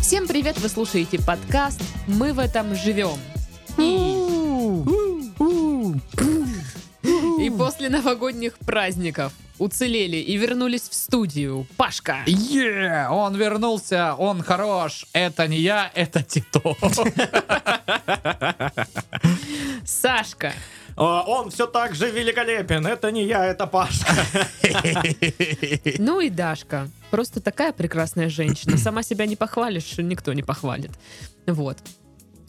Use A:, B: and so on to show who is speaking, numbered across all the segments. A: Всем привет, вы слушаете подкаст «Мы в этом живем». И, и после новогодних праздников уцелели и вернулись в студию. Пашка.
B: Е, он вернулся, он хорош. Это не я, это Тито.
A: Сашка.
C: А, Он все так же великолепен. Это не я, это Паша.
A: Ну и Дашка. Просто такая прекрасная женщина. Сама себя не похвалишь, никто не похвалит. Вот.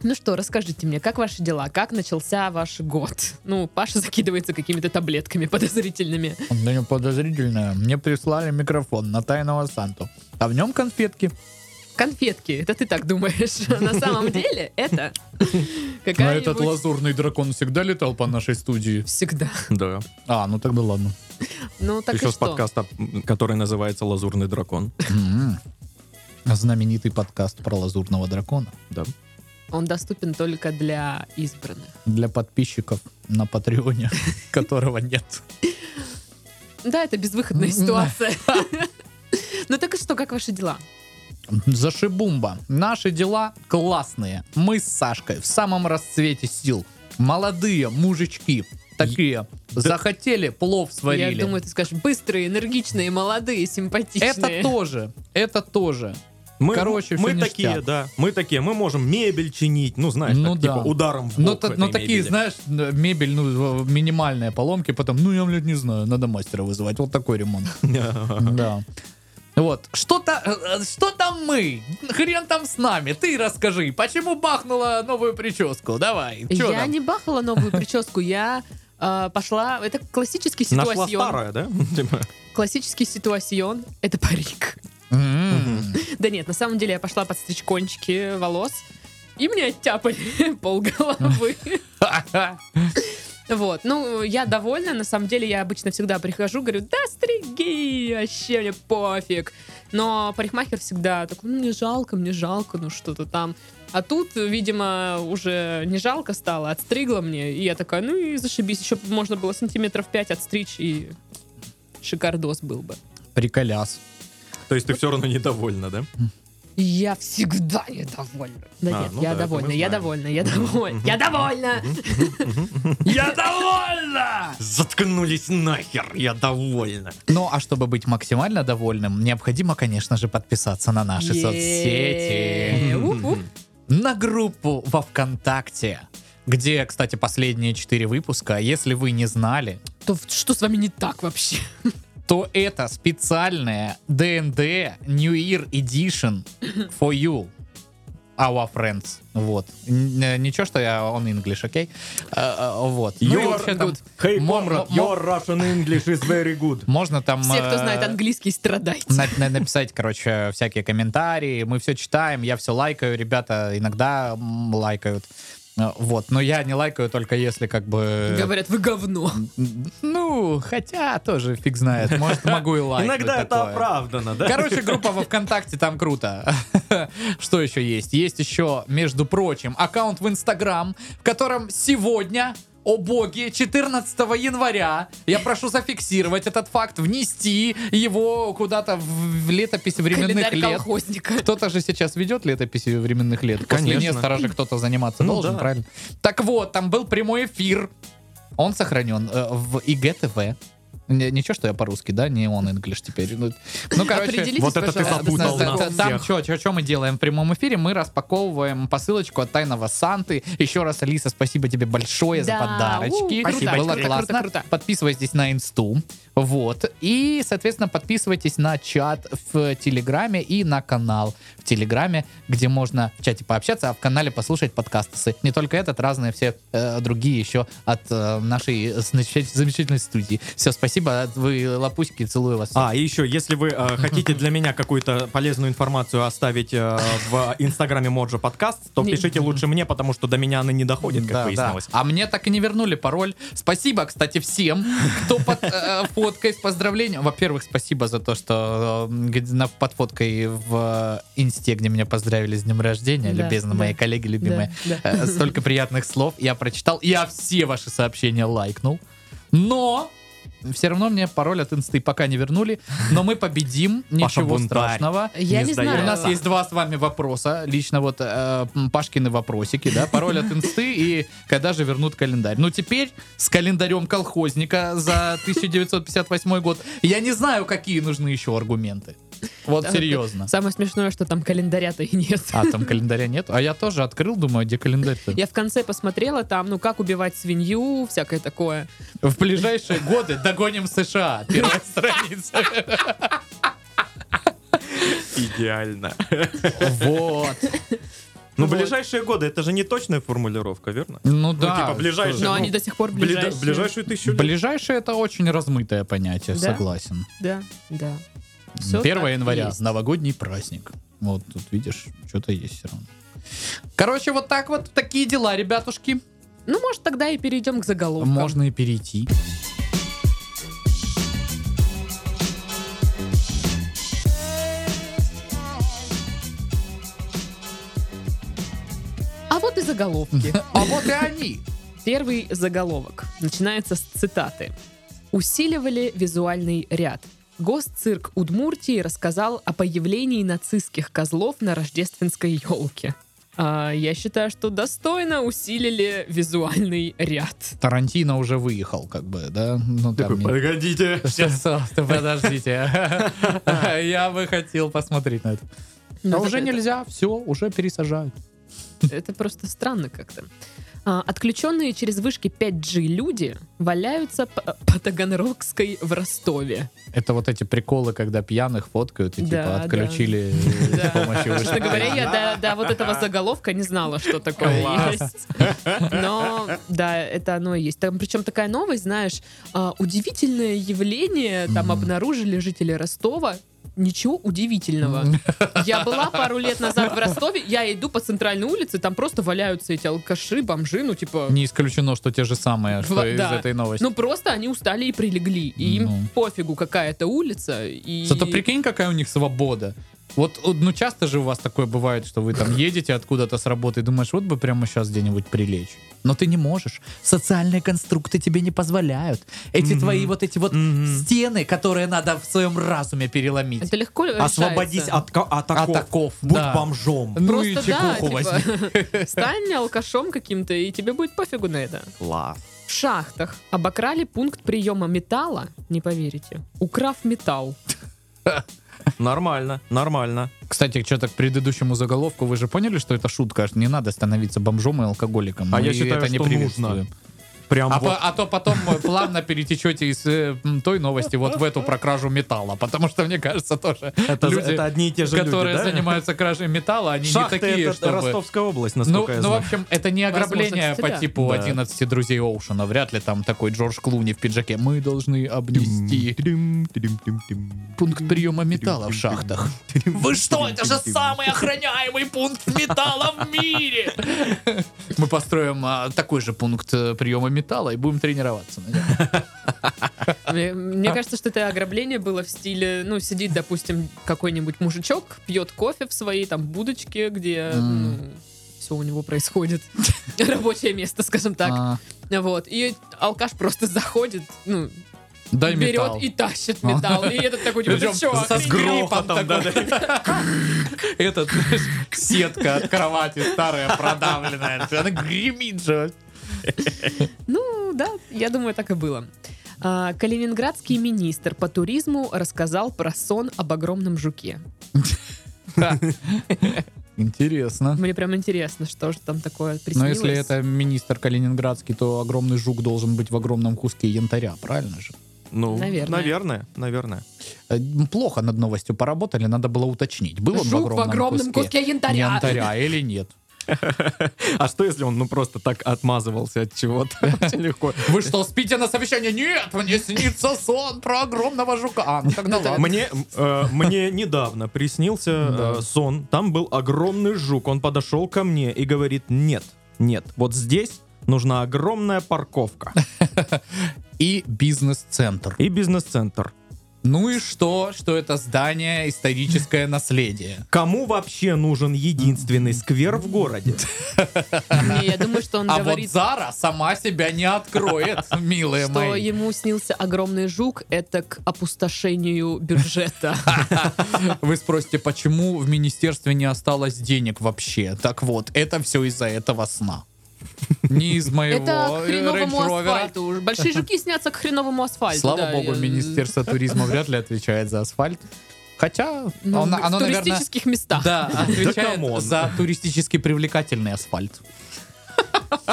A: Ну что, расскажите мне, как ваши дела? Как начался ваш год? Ну, Паша закидывается какими-то таблетками подозрительными.
B: Да не подозрительно. Мне прислали микрофон на тайного Санту. А в нем конфетки.
A: Конфетки, это ты так думаешь. А На самом деле это
B: А этот
A: какая-нибудь...
B: лазурный дракон всегда летал по нашей студии.
A: Всегда.
C: Да.
B: А, ну тогда ладно.
A: Ну так и
C: Еще с
A: что?
C: подкаста, м, который называется «Лазурный дракон».
B: М. Знаменитый подкаст про лазурного дракона.
C: Да.
A: Он доступен только для избранных.
B: Для подписчиков на Патреоне, которого нет.
A: Да, это безвыходная
B: М.
A: ситуация. Ну так и что, как ваши дела?
B: Зашибумба. Наши дела классные. Мы с Сашкой в самом расцвете сил. Молодые мужички. Такие. Захотели, плов сварили.
A: Я думаю, ты скажешь, быстрые, энергичные, молодые, симпатичные.
B: это тоже. Это тоже.
C: Мы,
B: Короче,
C: мы
B: всё
C: такие,
B: ништяк.
C: да. Мы такие, мы можем мебель чинить, ну, знаешь,
B: Ну
C: так,
B: да.
C: типа ударом в бок
B: Но,
C: в
B: та-
C: этой
B: но такие,
C: мебели.
B: знаешь, н- мебель, ну, в- минимальные поломки, потом, ну, я, блядь, не знаю, надо мастера вызывать. Вот такой ремонт. Да. Вот. Что-то, э, э, что там мы? Хрен там с нами. Ты расскажи, почему бахнула новую прическу? Давай. чё
A: Я
B: там?
A: не бахала новую прическу, я э, пошла... Это классический
C: Нашла
A: ситуацион.
C: старое, да? Типа,
A: Классический ситуацион — это парик.
B: М.
A: Да нет, на самом деле я пошла подстричь кончики волос, и мне оттяпали полголовы.
B: Ха-ха.
A: Вот, ну, я довольна, на самом деле, я обычно всегда прихожу, говорю, да, стриги, вообще мне пофиг. Но парикмахер всегда такой, ну, мне жалко, мне жалко, ну, что-то там. А тут, видимо, уже не жалко стало, отстригла мне, и я такая, ну, и зашибись, еще можно было сантиметров 5 отстричь, и шикардос был бы.
B: Приколяс.
C: То есть ты все равно недовольна, да?
A: Я всегда недовольна. Да
C: А,
A: нет,
C: ну
A: я
C: да, это
A: довольна,
C: мы
A: я
C: знаем.
A: довольна, я довольна, я довольна.
C: Я довольна! Заткнулись нахер, я довольна.
B: Ну, а чтобы быть максимально довольным, необходимо, конечно же, подписаться на
C: А
B: наши
A: Е-е-е.
B: соцсети.
A: Уп-уп.
B: На группу во ВКонтакте, где, кстати, последние четыре выпуска. Если вы не знали,
A: То в- Что с вами не так вообще?
B: то это специальная D&D New Year Edition for you. Our friends. Вот. Н- э, Ничего, что я on English, окей? Э, э, Вот. Ну и
C: You're
B: вообще там
A: good.
C: Hey,
B: Мом-
C: Conrad,
B: мом-
C: your Russian English is very good.
B: Можно там...
A: Все, кто знает
B: э,
A: английский, страдайте.
B: на- на- написать, короче, всякие комментарии. Мы все читаем, я все лайкаю, ребята иногда м, лайкают. Э, Вот, но я не лайкаю только если как бы...
A: Говорят, вы говно.
B: Ну, хотя тоже фиг знает. Может, могу и лайкнуть
C: Иногда это
B: такое.
C: оправдано, да?
B: Короче, группа во ВКонтакте, там круто. Что еще есть? Есть еще, между прочим, аккаунт в Инстаграм, в котором сегодня, о боги, 14 января, я прошу зафиксировать этот факт, внести его куда-то в, в летопись временных
A: Календарь
B: лет.
A: колхозника.
B: Кто-то же сейчас ведет летописи временных лет. После
C: Конечно.
B: Нестора же кто-то заниматься
C: Ну
B: должен,
C: да.
B: правильно? Так вот, там был прямой эфир. Он сохранен э, в ИГТВ. Н- Ничего, что я по-русски, да? Не он English теперь. Ну, ну, короче...
A: Определитесь,
C: вот это ты
A: пожалуйста,
C: запутал
A: с
B: Да,
C: нас.
B: да,
A: знакомым.
B: Там что, мы делаем в прямом эфире? Мы распаковываем посылочку от тайного Санты. Еще раз, Алиса, спасибо тебе большое за
A: Да,
B: подарочки.
A: у, круто,
B: Спасибо,
A: круто,
B: было
A: круто,
B: классно.
A: круто.
B: Подписывайтесь на инсту. Вот. И, соответственно, подписывайтесь на чат в Телеграме и на канал в Телеграме, где можно в чате пообщаться, а в канале послушать подкасты. Не только этот, разные все э, другие еще от э, нашей значит- замечательной студии. Все, спасибо. Вы лопуськи, целую вас. всех.
C: А, и еще, если вы э, хотите для меня какую-то полезную информацию оставить э, в инстаграме Моджо Подкаст, то
A: Не-
C: пишите лучше мне, потому что до меня она не доходит, как
B: Да,
C: выяснилось.
B: да. А мне так и не вернули пароль. Спасибо, кстати, всем, кто под э, фоткой с поздравлением. Во-первых, спасибо за то, что э, где- на- под фоткой в э, инсте, где меня поздравили с днем рождения,
A: Да,
B: любезно
A: да,
B: мои коллеги, любимые.
A: да,
B: Э, Столько приятных слов я прочитал. Я все ваши сообщения лайкнул. Но Все равно мне пароль от инсты пока не вернули, но мы победим,
C: Паша
B: ничего
C: бунтарь.
B: страшного.
A: Я
C: Не
A: не,
C: сдаю.
A: знаю.
B: У нас есть два с вами вопроса. Лично вот э, м, Пашкины вопросики, да, пароль от инсты и когда же вернут календарь. Ну теперь с календарем колхозника за 1958 год. Я не знаю, какие нужны еще аргументы. Вот
A: Да.
B: серьезно.
A: Самое смешное, что там календаря-то и нет.
B: А там календаря нет? А я тоже открыл, думаю, где календарь-то?
A: Я в конце посмотрела там, ну, как убивать свинью, всякое такое.
B: В ближайшие годы догоним США. Первая страница.
C: Идеально.
B: Вот.
C: Ну,
A: Вот.
C: ближайшие годы, это же не точная формулировка, верно?
B: Ну
C: Ну,
B: да.
C: типа, ближайшие.
A: Но
C: Ну,
A: они до сих пор
C: Блида-
A: ближайшие.
C: Ближайшую тысячу лет.
B: Ближайшее это очень размытое понятие,
A: Да?
B: согласен.
A: Да, да. Всё
B: 1
A: так и
B: января,
A: есть.
B: новогодний праздник. Вот тут видишь, что-то есть все равно. Короче, вот так вот такие дела, ребятушки.
A: Ну, может, тогда и перейдем к заголовкам.
B: Можно и перейти.
A: А вот и заголовки.
B: А вот и они.
A: Первый заголовок начинается с цитаты. «Усиливали визуальный ряд. Госцирк Удмуртии рассказал о появлении нацистских козлов на рождественской елке». А, я считаю, что достойно усилили визуальный ряд.
B: Тарантино уже выехал, как бы, да? Ну, там
C: Такой,
B: не-
C: Погодите.
B: Что- что- что- Подождите. Я бы хотел посмотреть на это.
A: Ну,
B: А
A: это-
B: уже
A: это-
B: нельзя, все, уже пересажают.
A: Это просто странно как-то. А, Отключенные через вышки 5G люди валяются по, по Таганрогской в Ростове.
B: Это вот эти приколы, когда пьяных фоткают и типа
A: Да,
B: отключили
A: да.
B: с помощью
A: Честно
B: вышек.
A: говоря, я до, до вот этого заголовка не знала, что такое
C: Класс.
A: есть. Но да, это оно и есть. Там причем такая новость, знаешь, а, удивительное явление там
B: Мгм.
A: обнаружили жители Ростова. Ничего удивительного. Я была пару лет назад в Ростове, я иду по центральной улице, там просто валяются эти алкаши, бомжи, ну типа...
B: Не исключено, что те же самые, что
A: Вла-
B: из
A: да.
B: этой новости.
A: Ну просто они устали и прилегли. И
B: Ну.
A: им пофигу, какая это улица. И...
B: Зато прикинь, какая у них свобода. Вот, вот, ну часто же у вас такое бывает, что вы там едете откуда-то с работы и думаешь, вот бы прямо сейчас где-нибудь прилечь. Но ты не можешь. Социальные конструкты тебе не позволяют. Эти
C: Мгм.
B: твои вот эти вот
C: Мгм.
B: стены, которые надо в своем разуме переломить.
A: Это легко
C: Освободись
A: решается.
C: от ко- атаков.
B: Атаков,
C: Будь
B: да.
C: бомжом.
B: Ну и
A: Просто да,
B: чекуху
A: типа,
B: возьми.
A: стань алкашом каким-то, и тебе будет пофигу на это.
C: Класс.
A: В шахтах обокрали пункт приема металла, не поверите, украв металл.
C: Нормально, нормально.
B: Кстати, что-то к предыдущему заголовку, вы же поняли, что это шутка? Не надо становиться бомжом и алкоголиком.
C: А
B: Мы
C: я считаю,
B: это не
C: что нужно.
B: приветствуем.
C: Прям
B: А,
C: вот.
B: по- а то потом э, плавно перетечете из э, м, той новости вот в эту про кражу металла, потому что, мне кажется, тоже
C: Это,
B: люди,
C: это одни и те же
B: которые
C: люди, да?
B: занимаются кражей металла, они
C: Шахты
B: не такие,
C: это
B: чтобы...
C: Ростовская область,
B: Ну,
C: насколько я
B: ну, в
C: знаю.
B: общем, это не ограбление
A: кстати,
B: по
A: да.
B: типу
C: Да.
B: 11 друзей Оушена. Вряд ли там такой Джордж Клуни в пиджаке. Мы должны обнести пункт приема металла в шахтах. Вы что, это же самый охраняемый пункт металла в мире! Мы построим а, такой же пункт э, приема металла и будем тренироваться. на нем.
C: А,
A: Мне, мне кажется, что это ограбление было в стиле, ну, сидит, допустим, какой-нибудь мужичок, пьет кофе в своей там будочке, где
B: М.
A: все у него происходит. Рабочее место, скажем так.
B: А,
A: Вот. И алкаш просто заходит, ну,
B: Дай
A: берет
B: металл.
A: и тащит металл. И этот такой, типа,
B: Причем
A: ты чё,
B: со
A: охренел?»
B: скрипом такой. Этот, знаешь, сетка от кровати старая, продавленная. Она гремит же.
A: Ну, да, я думаю, так и было. А, Калининградский министр по туризму рассказал про сон об огромном жуке.
B: Интересно.
A: Мне прям интересно, что же там такое
B: Но
A: приснилось.
B: Ну, если это министр калининградский, то огромный жук должен быть в огромном куске янтаря, правильно же?
C: Ну,
A: Наверное.
C: наверное, наверное.
B: Э, Плохо над новостью поработали, надо было уточнить. Был он
A: Жук в
B: в
A: огромном
B: огромном
A: куске янтаря.
B: Янтаря или нет?
C: А что, если он ну просто так отмазывался от чего-то? Очень легко.
B: Вы что, спите на совещании? Нет, мне снится сон про огромного жука. А, ну тогда ладно.
C: Мне, э, мне недавно приснился
B: Да.
C: э, сон. Там был огромный жук. Он подошел ко мне и говорит: нет, нет, вот здесь нужна огромная парковка
B: И бизнес-центр.
C: и бизнес-центр.
B: Ну и что, что это здание историческое наследие?
C: Кому вообще нужен единственный сквер в городе?
A: Не, я думаю, что он
B: А
A: говорит,
B: вот Зара сама себя не откроет, милые
A: что
B: мои.
A: ему снился огромный жук, это к опустошению бюджета.
B: Вы спросите, почему в министерстве не осталось денег вообще? Так вот, это все из-за этого сна. Не из моего
A: Это к
B: э, Range
A: хреновому
B: Rover'а.
A: асфальту. Уж Большие жуки снятся к хреновому асфальту.
B: Слава
A: да,
B: богу,
A: я-
B: Министерство туризма вряд ли отвечает за асфальт. Хотя
A: Ну,
B: А оно,
A: в
B: оно, наверное,
A: туристических местах.
B: да, отвечает
C: камон.
B: за туристически привлекательный асфальт.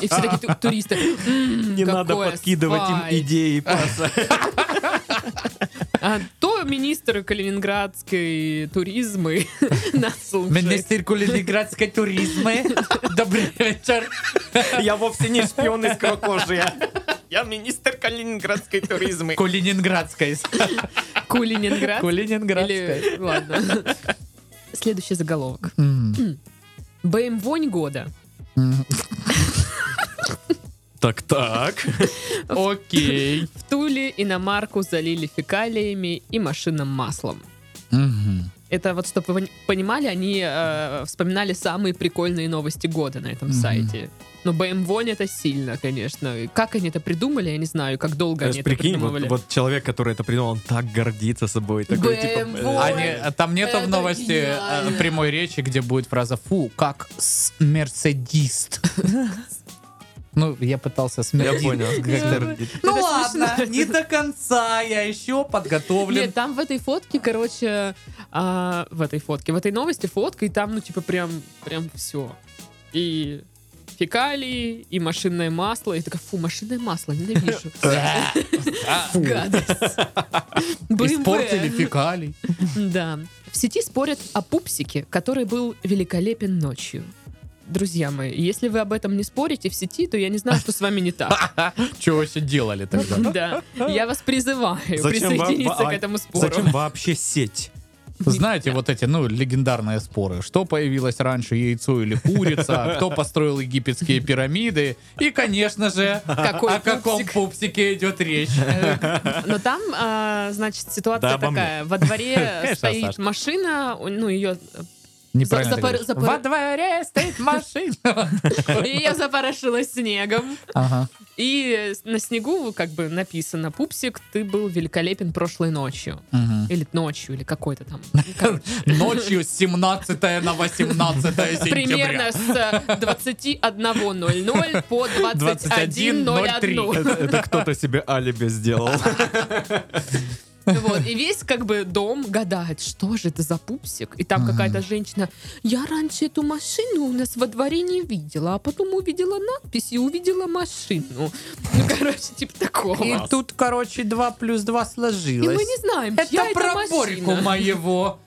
A: И все такие ту- туристы. «М,
C: Не надо
A: какой
C: подкидывать им
A: асфальт».
C: идеи.
A: А то министр калининградской туризмы нас слушает.
B: Калининградской туризма. Добрый вечер.
C: Я вовсе не шпион из крокожия. Я министр калининградской туризмы.
B: Калининградской.
A: Кулининград.
B: Калининградской.
A: Или- Ладно. Следующий заголовок.
B: М.
A: Бэмвонь года.
B: М.
C: Так-так.
B: Окей.
A: В Туле иномарку залили фекалиями и машинным маслом.
B: Мгм.
A: Это вот, чтобы вы понимали, они э, вспоминали самые прикольные новости года на этом
B: Мгм.
A: сайте. Но BMW это сильно, конечно. И Как они это прикидывали, я не знаю, и как долго они
C: Конечно,
A: это
C: Э, Прикинь, вот,
A: придумывали.
C: вот человек, который это придумал, он так гордится собой. Такой, типа,
A: BMW.
C: «Блин».
B: Они- а там нету
A: это
B: в новости э,
A: гениально.
B: прямой речи, где будет фраза «фу, как с мерседист». Ну, я пытался
C: Я
B: смердить.
C: понял.
B: как-то
A: Ну ладно,
B: не до конца, я еще подготовлен.
A: Нет, там в этой фотке, короче, а, в этой фотке, в этой новости фотка, и там, ну, типа, прям, прям все. И фекалии, и машинное масло. И такая, фу, машинное масло, ненавижу. Гадость. BMW.
B: Испортили фекалий.
A: Да. В сети спорят о пупсике, который был великолепен ночью. Друзья мои, если вы об этом не спорите в сети, то я не знаю, что с вами не так.
B: Чего вообще делали тогда?
A: Да. Я вас призываю
C: Зачем вам-
A: присоединиться
C: а-
A: к этому спору.
C: Зачем вообще сеть?
B: Знаете, вот эти, ну, легендарные споры. Что появилось раньше, яйцо или курица? Кто построил египетские пирамиды? И, конечно же,
A: А Какой
B: о каком
A: пупсик?
B: пупсике идет речь?
A: Но там, а, значит, ситуация
C: Да, обо
A: такая. Во дворе
B: Конечно,
A: стоит
B: Сашка.
A: машина, у- ну, ее...
B: Неправильно
A: За-
B: ты
A: запор-
B: говоришь.
A: запор-
B: Во дворе стоит машина.
A: Ее запорошило снегом.
B: Ага.
A: И на снегу как бы написано «Пупсик, ты был великолепен прошлой ночью».
B: Мгм.
A: Или ночью, или какой-то там.
B: Ночью с 17 на 18 сентября.
A: Примерно с э, 21.00 по 21.01.
C: Это это кто-то себе алиби сделал.
A: Вот, и весь как бы дом гадает, что же это за пупсик. И там
B: Мгм.
A: какая-то женщина, я раньше эту машину у нас во дворе не видела, а потом увидела надпись и увидела машину. Ну, короче, типа такого.
B: тут, короче, 2 плюс 2
A: И мы
B: сложилось.
A: не знаем, чья
B: Это
A: это
B: про Борьку
A: машина.
B: моего.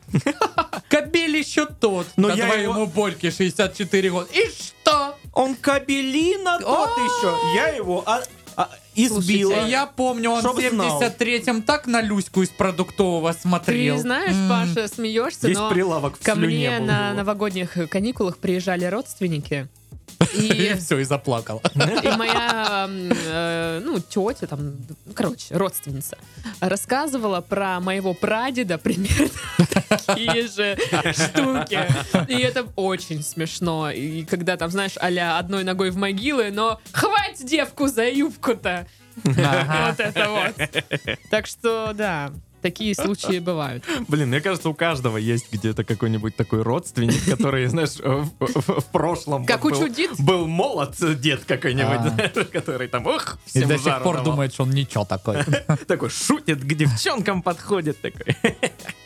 B: Кобель еще тот.
C: Но
B: Да
C: я
B: твоему
C: его-
B: Борьке 64 года. И что?
C: Он кабелина тот еще. Я его а- а, избила.
A: Слушайте,
B: Я помню, он в
C: Чтоб знал.
B: 73-м так на Люську из продуктового смотрел.
A: Ты знаешь,
B: М.
A: Паша, смеешься,
C: Здесь
A: но
C: прилавок в
A: ко
C: слюне
A: мне
C: был.
A: на новогодних каникулах приезжали родственники.
B: И
A: И
B: все, и заплакал.
A: И моя, м, э, ну, тетя, там, ну, короче, родственница, рассказывала про моего прадеда примерно такие же штуки. И это очень смешно. И когда там, знаешь, а одной ногой в могилы, но хватит девку за юбку-то.
B: Ага.
A: Вот это вот. Так что, да, такие случаи бывают.
C: Блин, мне кажется, у каждого есть где-то какой-нибудь такой родственник, который, знаешь, э, в, в- в прошлом
A: Как
C: вот
A: у
C: был,
A: чудит.
C: был молод дед
B: А.
C: какой-нибудь, знаешь, который там, ух,
B: И
C: всем
B: до сих
C: жару
B: пор
C: давал.
B: думает, что он ничего такой.
C: Такой шутит, к девчонкам подходит такой.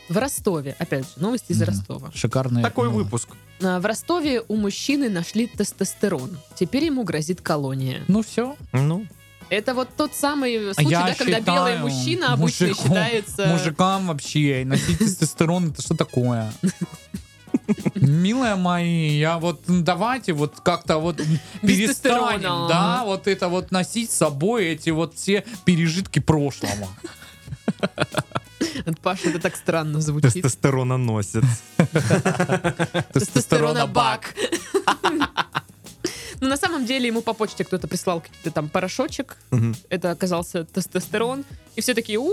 A: В Ростове, опять же, новости из
B: Мгм.
A: Ростова.
B: Шикарный.
C: Такой
B: ну,
C: выпуск.
A: А, В Ростове у мужчины нашли тестостерон. Теперь ему грозит колония.
B: Ну все.
C: Ну,
A: Это вот тот самый случай,
B: Я
A: да, когда белый
B: считаю,
A: мужчина обычно
B: мужиком-
A: считается...
B: Мужикам вообще носить тестостерон это что такое? Милые мои, я вот м, давайте вот как-то вот м,
A: Без
B: перестанем,
A: тестостерона.
B: да, вот это вот носить с собой эти вот все пережитки прошлого.
A: От Паши это так странно звучит.
C: тестостерононосец.
A: Тестостеронобак. Ну, на самом деле, ему по почте кто-то прислал какие-то там порошочек.
C: Мгм.
A: Это оказался тестостерон. И все такие, «У-у-у!»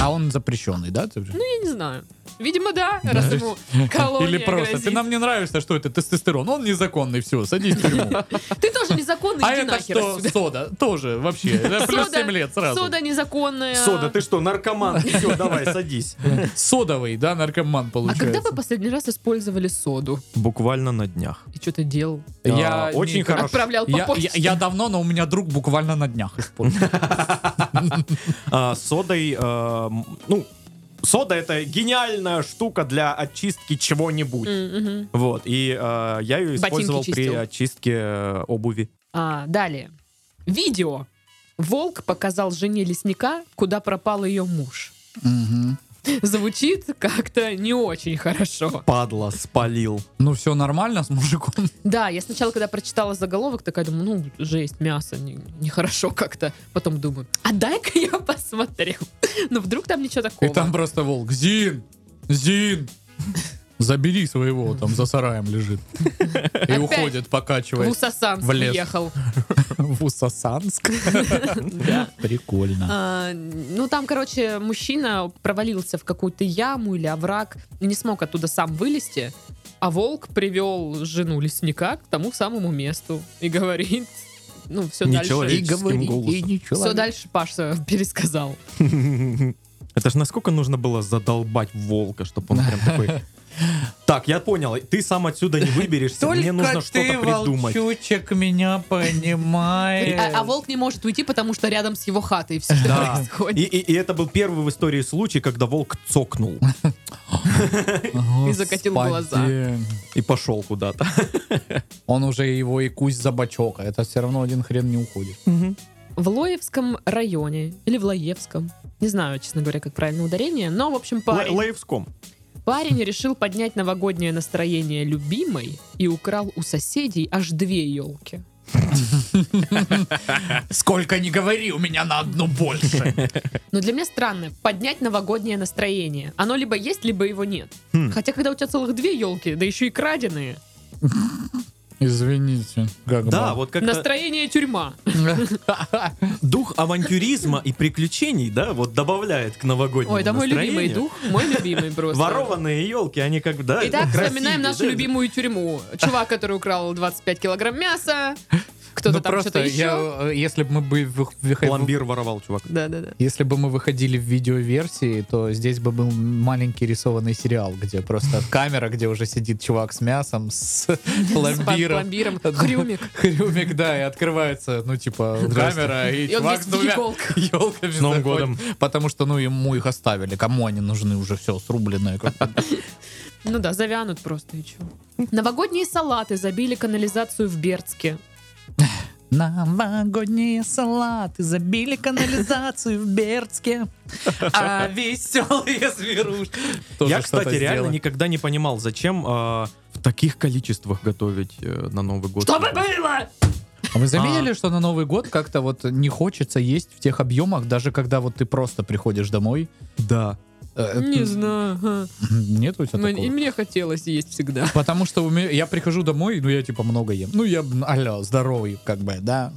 B: А он запрещенный, да? ты же?
A: Я не знаю. Видимо, да, раз ему колония
B: Или просто,
A: грозит.
B: ты нам не нравишься, что это тестостерон, он незаконный, все, садись в тюрьму.
A: Ты тоже незаконный,
B: А
A: иди
B: это
A: нахер
B: что,
A: отсюда.
B: сода, тоже, вообще, да, плюс
A: Сода-
B: 7 лет сразу.
A: Сода незаконная.
C: Сода, ты что, наркоман? Все, давай, садись.
B: Содовый, да, наркоман
A: А когда
B: получается.
A: вы последний раз использовали соду?
C: Буквально на днях.
A: И что ты делал?
B: Я
C: А, очень
B: никогда-
C: Хорошо.
A: Отправлял по
B: Я,
A: почте?
B: я- я давно, но у меня друг буквально на днях использовал.
C: А, с содой, а, м, ну, сода это гениальная штука для очистки чего-нибудь.
A: М, мгм.
C: Вот, и а, я ее
A: Ботинки
C: использовал при
A: чистил.
C: очистке э, обуви.
A: А, далее. Видео. Волк показал жене лесника, куда пропал ее муж.
B: Мгм.
A: Звучит как-то не очень хорошо.
C: Падла, спалил.
B: Ну, все нормально с мужиком.
A: Да, я сначала, когда прочитала заголовок, такая думаю, ну, жесть, мясо, не- нехорошо как-то. Потом думаю, а дай-ка я посмотрю. Ну, вдруг там ничего
B: И
A: такого.
B: там просто волк. Зин! Зин! Забери своего, там за сараем лежит. И
A: Опять.
B: уходит,
A: в
B: покачиваясь
A: Усасанск
B: в лес.
A: ехал.
B: в Усасанск.
A: Да.
B: Прикольно.
A: А, ну, там, короче, мужчина провалился в какую-то яму или овраг, и не смог оттуда сам вылезти, а волк привел жену лесника к тому самому месту и говорит, ну, все
C: Не
A: дальше.
C: человеческим голосом.
B: ничего.
A: Все дальше Паша пересказал.
C: Это ж насколько нужно было задолбать волка, чтобы он прям такой... Так, я понял, ты сам отсюда не выберешься, мне нужно что-то придумать.
B: волчучек, меня понимаешь.
A: А, а волк не может уйти, потому что рядом с его хатой все это
C: Да.
A: происходит.
C: И, и- и это был первый в истории случай, когда волк цокнул
A: и закатил глаза.
C: и пошел куда-то.
B: Он уже его и кусть за бачок, а это все равно один хрен не уходит.
A: В Лоевском районе или в Лоевском, не знаю, честно говоря, как правильно ударение, но, в общем, парень...
C: Л- Лаевском.
A: Парень решил поднять новогоднее настроение любимой и украл у соседей аж две елки.
B: Сколько не говори, у меня на одну больше.
A: Но для меня странно, поднять новогоднее настроение. Оно либо есть, либо его нет.
C: Хм.
A: Хотя, когда у тебя целых две елки, да еще и краденые,
B: Извините. Как
C: Да,
B: бы.
C: вот как-то
A: настроение тюрьма.
C: дух авантюризма и приключений, да, вот добавляет к новогоднему
A: Ой, да мой любимый
C: настроению.
A: дух, мой любимый просто.
C: Ворованные елки, они как бы, да,
A: Итак,
C: красивее,
A: вспоминаем нашу
C: да,
A: любимую тюрьму. Чувак, который украл 25 килограмм мяса, кто-то
B: Ну,
A: там
B: просто
A: что-то еще.
B: я, э, если бы мы бы вых- выход-
C: Пломбир воровал, чувак.
A: Да-да-да.
B: Если бы мы выходили в видеоверсии, то здесь бы был маленький рисованный сериал, где просто камера, где уже сидит чувак с мясом, с
A: С
B: пломбиром.
A: пломбиром.
B: Да.
A: Хрюмик.
B: Хрюмик, да, и открывается, ну, типа,
C: Здравствуйте.
B: камера, и
A: И он
B: чувак
A: весь
B: с
A: в
B: двумя
A: иголках.
B: елками
C: С Новым
B: заходит,
C: годом.
B: Потому что, ну, ему их оставили. Кому они нужны уже все срубленное? как бы.
A: Ну да, завянут просто и чё. Новогодние салаты забили канализацию в Бердске.
B: Новогодние салаты забили канализацию в Бердске, а веселые зверушки. Тоже
C: Я, кстати,
B: что-то
C: реально
B: сделали.
C: никогда не понимал, зачем э, в таких количествах готовить э, на Новый год.
A: Чтобы было!
B: А Вы заметили, что на Новый год как-то вот не хочется есть в тех объемах, даже когда вот ты просто приходишь домой?
C: Да.
B: Э,
A: Не
B: м,
A: знаю. ага.
B: Нет у тебя
A: Мне- И
B: А такого?
A: мне хотелось есть всегда.
B: Потому что у меня- я прихожу домой, ну я типа много ем. Ну я м, алло, здоровый как бы, да?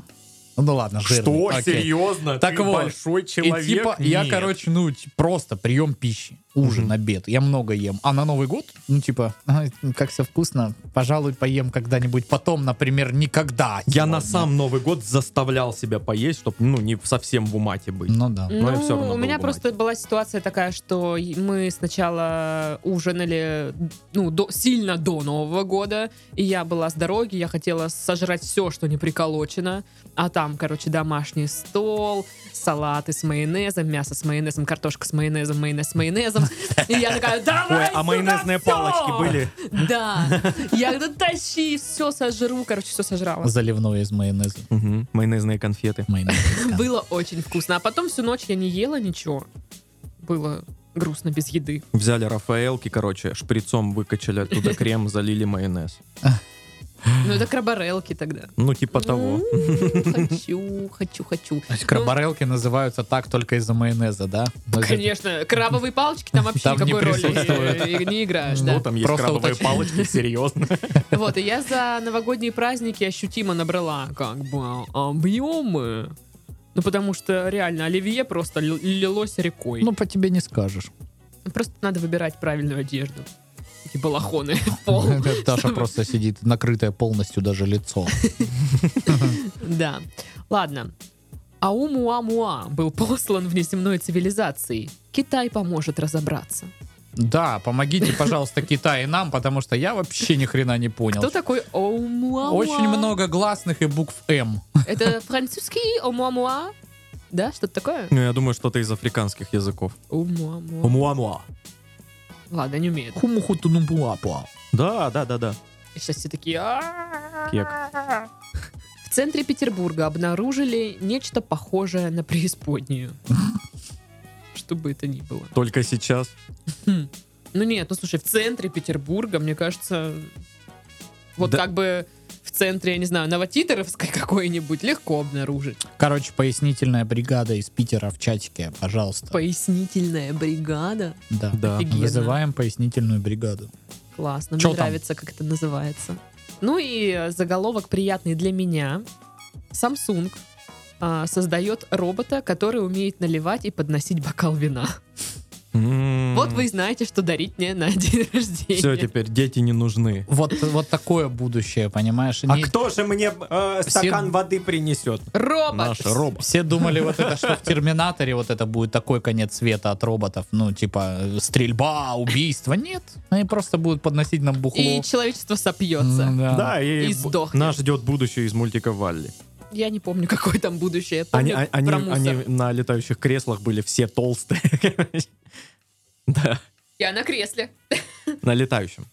B: Ну ладно, жирный. окей.
C: Серьезно?
B: Так вот,
C: большой
B: И типа я,
C: Нет.
B: короче, ну т- просто прием пищи, ужин,
C: Мгм.
B: обед, я много ем. А на Новый год, ну типа, «Ай, как все вкусно, пожалуй, поем когда-нибудь потом, например, никогда. Типа, ну,
C: Я
B: сегодня».
C: на сам Новый год заставлял себя поесть, чтобы, ну, не совсем в умате быть.
B: Ну да.
C: Но я
A: Ну,
C: всё равно
A: у меня
C: был
A: просто была ситуация такая, что и- мы сначала ужинали ну, до- сильно до Нового года, и я была с дороги, я хотела сожрать все, что не приколочено, а там, короче, домашний стол, салаты с майонезом, мясо с майонезом, картошка с майонезом, майонез с майонезом, и я такая,
C: Ой,
A: давай
C: а майонезные палочки были?
A: были? Да, я говорю, тащи, все сожру, короче, все сожрала.
B: Заливное из майонеза.
C: Мгм, Майонезные конфеты.
B: Майонез.
A: Было очень вкусно. А потом всю ночь я не ела ничего. Было грустно без еды.
C: Взяли Рафаэлки, короче, шприцом выкачали оттуда крем, залили майонез.
A: Ну, это краборелки тогда.
C: Ну, типа того.
A: М, Хочу, хочу, хочу.
B: То есть краборелки называются так только из-за майонеза, да? Ну, это-
A: Конечно, крабовые палочки там вообще
B: Там не
A: никакой роли
B: присутствует.
A: э, не играют.
B: Ну,
C: Что
A: да.
C: там есть
B: Просто
C: крабовые
B: уточни.
C: палочки? Серьезно?
A: Вот, и я за новогодние праздники ощутимо набрала как бы объемы. Ну, потому что реально оливье просто л- лилось рекой.
B: Ну, по тебе не скажешь.
A: Просто надо выбирать правильную одежду. Типа И балахоны в пол.
B: Даша
A: чтобы-
B: просто сидит, накрытая полностью даже лицо.
A: Да. Ладно. Аумуамуа был послан внеземной цивилизацией. Китай поможет разобраться.
B: Да, помогите, пожалуйста, Китай и нам, потому что я вообще ни хрена не понял.
A: Кто такой Оумуамуа?
B: Очень много гласных и букв М.
A: Это французский Оумуамуа? Да, что-то такое?
C: Ну, я думаю, что-то из африканских языков.
A: Оумуамуа.
C: Муамуа.
A: Ладно, не умеет.
B: Хумухутунумпуапуа.
C: Да, да, да, да.
A: Сейчас все такие... «А-а-а».
C: Кек.
A: В центре Петербурга обнаружили нечто похожее на преисподнюю. Что бы это ни было.
C: Только сейчас.
A: Ну нет, ну слушай, в центре Петербурга, мне кажется, вот
C: Да.
A: как бы в центре, я не знаю, Новотитеровской какой-нибудь легко обнаружить.
B: Короче, пояснительная бригада из Питера в чатике, пожалуйста.
A: Пояснительная бригада.
B: Да.
C: Да.
A: Офигеть. Офигенно.
B: Вызываем пояснительную бригаду.
A: Классно,
B: Чё
A: мне
B: там?
A: нравится, как это называется. Ну и э, заголовок приятный для меня. Samsung а, создает робота, который умеет наливать и подносить бокал вина. Вот вы и знаете, что дарить мне на день рождения.
C: Все, М-м-м. теперь дети не нужны.
B: Вот, вот такое будущее, понимаешь?
C: А
B: Не-
C: кто же мне э, стакан
B: Все-
C: воды принесет?
A: Робот!
C: Наш робот.
B: Все думали, вот это что в Терминаторе, вот это будет такой конец света от роботов. Ну, типа, э, стрельба, убийство. Нет. Они просто будут подносить нам бухло.
A: И человечество сопьется.
B: М, да.
C: Да, и,
A: И
C: б-
A: сдохнет.
C: нас ждет будущее из мультика Валли.
A: Я не помню, какое там будущее. Я
C: Они,
A: помню
C: а- они,
A: про мусор.
C: они на летающих креслах были все толстые. Да,
A: Я на кресле.
C: на летающем.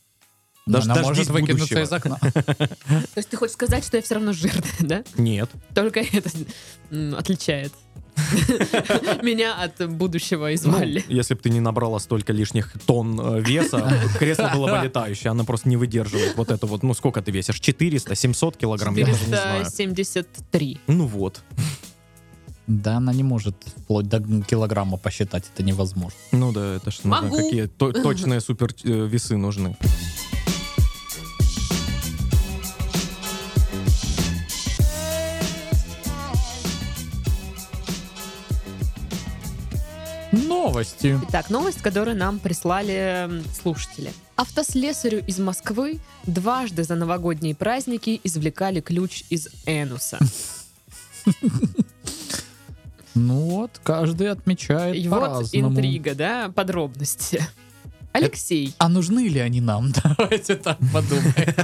B: Но
C: Дож-
B: она может
C: дождись
B: выкинуться
C: будущего.
B: из окна.
A: То есть ты хочешь сказать, что я все равно жирная, да?
C: Нет.
A: Только это м, отличает меня от будущего из
C: Ну,
A: Валли.
C: если бы ты не набрала столько лишних тонн э, веса, кресло было бы летающее. Оно просто не выдерживает вот это вот. Ну, сколько ты весишь? 400, 700 килограмм? Я даже не знаю.
A: 473.
C: Ну вот.
B: Да, она не может вплоть до килограмма посчитать, это невозможно.
C: Ну да, это ж нужно
A: Могу.
C: какие то- точные супер э, весы нужны.
B: Новости.
A: Итак, новость, которую нам прислали м, слушатели. Автослесарю из Москвы дважды за новогодние праздники извлекали ключ из Энуса.
B: Ну вот, каждый отмечает
A: И вот
B: по-разному.
A: интрига, да, подробности. Алексей.
B: А нужны ли они нам? Давайте так подумаем.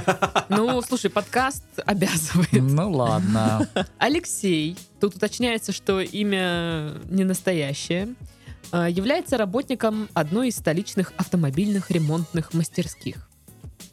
A: Ну, слушай, подкаст обязывает.
B: Ну ладно.
A: Алексей, тут уточняется, что имя не настоящее, э, является работником одной из столичных автомобильных ремонтных мастерских.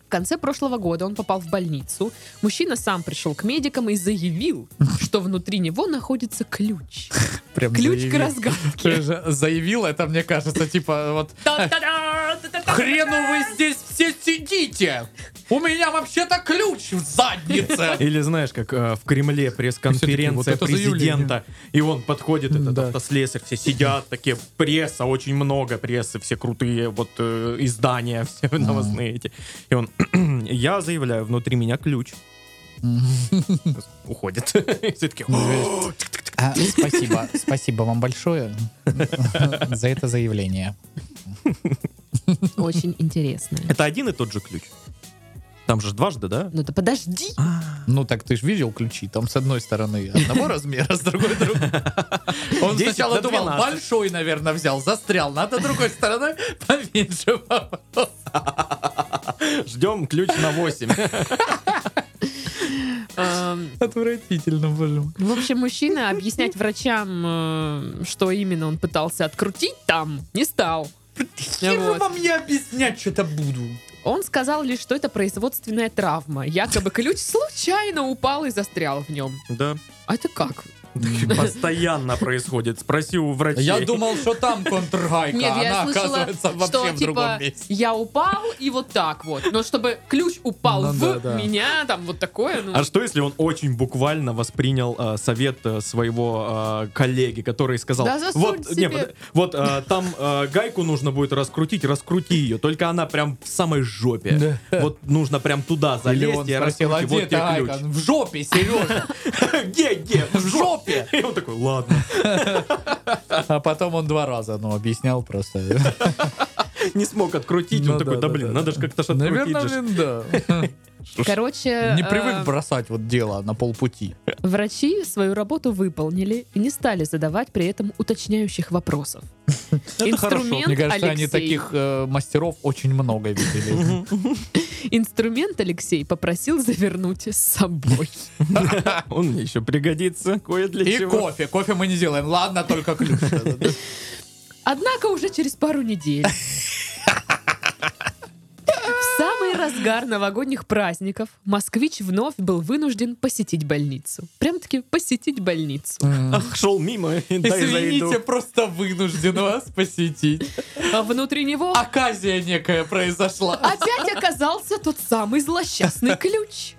A: В конце прошлого года он попал в больницу. Мужчина сам пришел к медикам и заявил, что внутри него находится ключ.
B: Прям
A: Ключ к
B: заявил. Ты
A: разгадке.
B: же заявил это, мне кажется, типа вот
A: Та-та-да, та-та-та.
B: Хрену вы здесь все сидите! У меня вообще-то ключ в заднице!
C: Или знаешь, как э, в Кремле
B: вот
C: пресс-конференция
B: это
C: президента, и он подходит, этот
B: Да.
C: автослесарь, все сидят, такие, пресса, очень много прессы, все крутые вот э, издания, все новостные эти. И он, я заявляю, внутри меня ключ. Уходит. И все такие, «О,
B: А, Спасибо, спасибо вам большое за это заявление.
A: Очень интересно.
C: Это один и тот же ключ. Там же ж дважды, да?
A: Ну да подожди.
B: Ну так ты же видел ключи, там с одной стороны одного размера, с другой другого. Он
C: 10
B: сначала
C: до
B: думал,
C: 12.
B: большой, наверное, взял, застрял, надо другой стороной поменьше.
C: Ждем ключ на 8.
A: Эм,
B: Отвратительно, боже мой.
A: В общем, мужчина объяснять врачам, э, что именно он пытался открутить там, не стал.
B: Хер
A: Вот.
B: вам я объяснять что-то буду.
A: Он сказал лишь, что это производственная травма. Якобы ключ случайно упал и застрял в нем.
C: Да.
A: А это как?
C: Постоянно происходит. Спроси у врачей.
B: Я думал, что там контргайка,
A: Нет, я
B: она
A: слышала,
B: оказывается
A: что
B: вообще в
A: типа
B: другом месте.
A: я упал и вот так вот. Но чтобы ключ упал
B: Ну
A: в
B: да, да.
A: меня, там вот такое. ну.
C: А что если он очень буквально воспринял э, совет э, своего э, коллеги, который сказал:
A: Да засунь
C: Вот,
A: себе».
C: под- вот э, там э, гайку нужно будет раскрутить, раскрути ее. Только она прям в самой жопе. Вот нужно прям туда
B: Или
C: залезть
B: он
C: и
B: спросил,
C: раскрути.
B: а где
C: Вот
B: эта
C: тебе ключ.
B: гайка? В жопе, Сережа,
C: Где, где?
B: в кофе.
C: И он такой, ладно,
B: А потом он два раза, ну, объяснял просто.
C: не смог открутить. Он
B: Ну
C: такой, да блин, надо же как-то ж открутить.
B: Наверное,
C: же ж».
B: блин, да.
A: Короче,
B: Не
A: э,
B: привык бросать вот дело на полпути.
A: врачи свою работу выполнили и не стали задавать при этом уточняющих вопросов.
C: Это хорошо.
A: Инструмент
B: Мне кажется, они
A: Алексей.
B: таких э, мастеров очень много видели.
A: Инструмент Алексей попросил завернуть с собой.
C: Он мне еще пригодится кое для
B: И
C: чего.
B: кофе. Кофе мы не делаем. Ладно, только ключ.
A: Однако уже через пару недель. В самый разгар новогодних праздников москвич вновь был вынужден посетить больницу. Прям-таки посетить больницу.
C: Ах, шел мимо, и дай зайду.
B: Извините, просто вынужден вас посетить.
A: А внутри него
B: Оказия некая произошла.
A: опять оказался тот самый злосчастный ключ.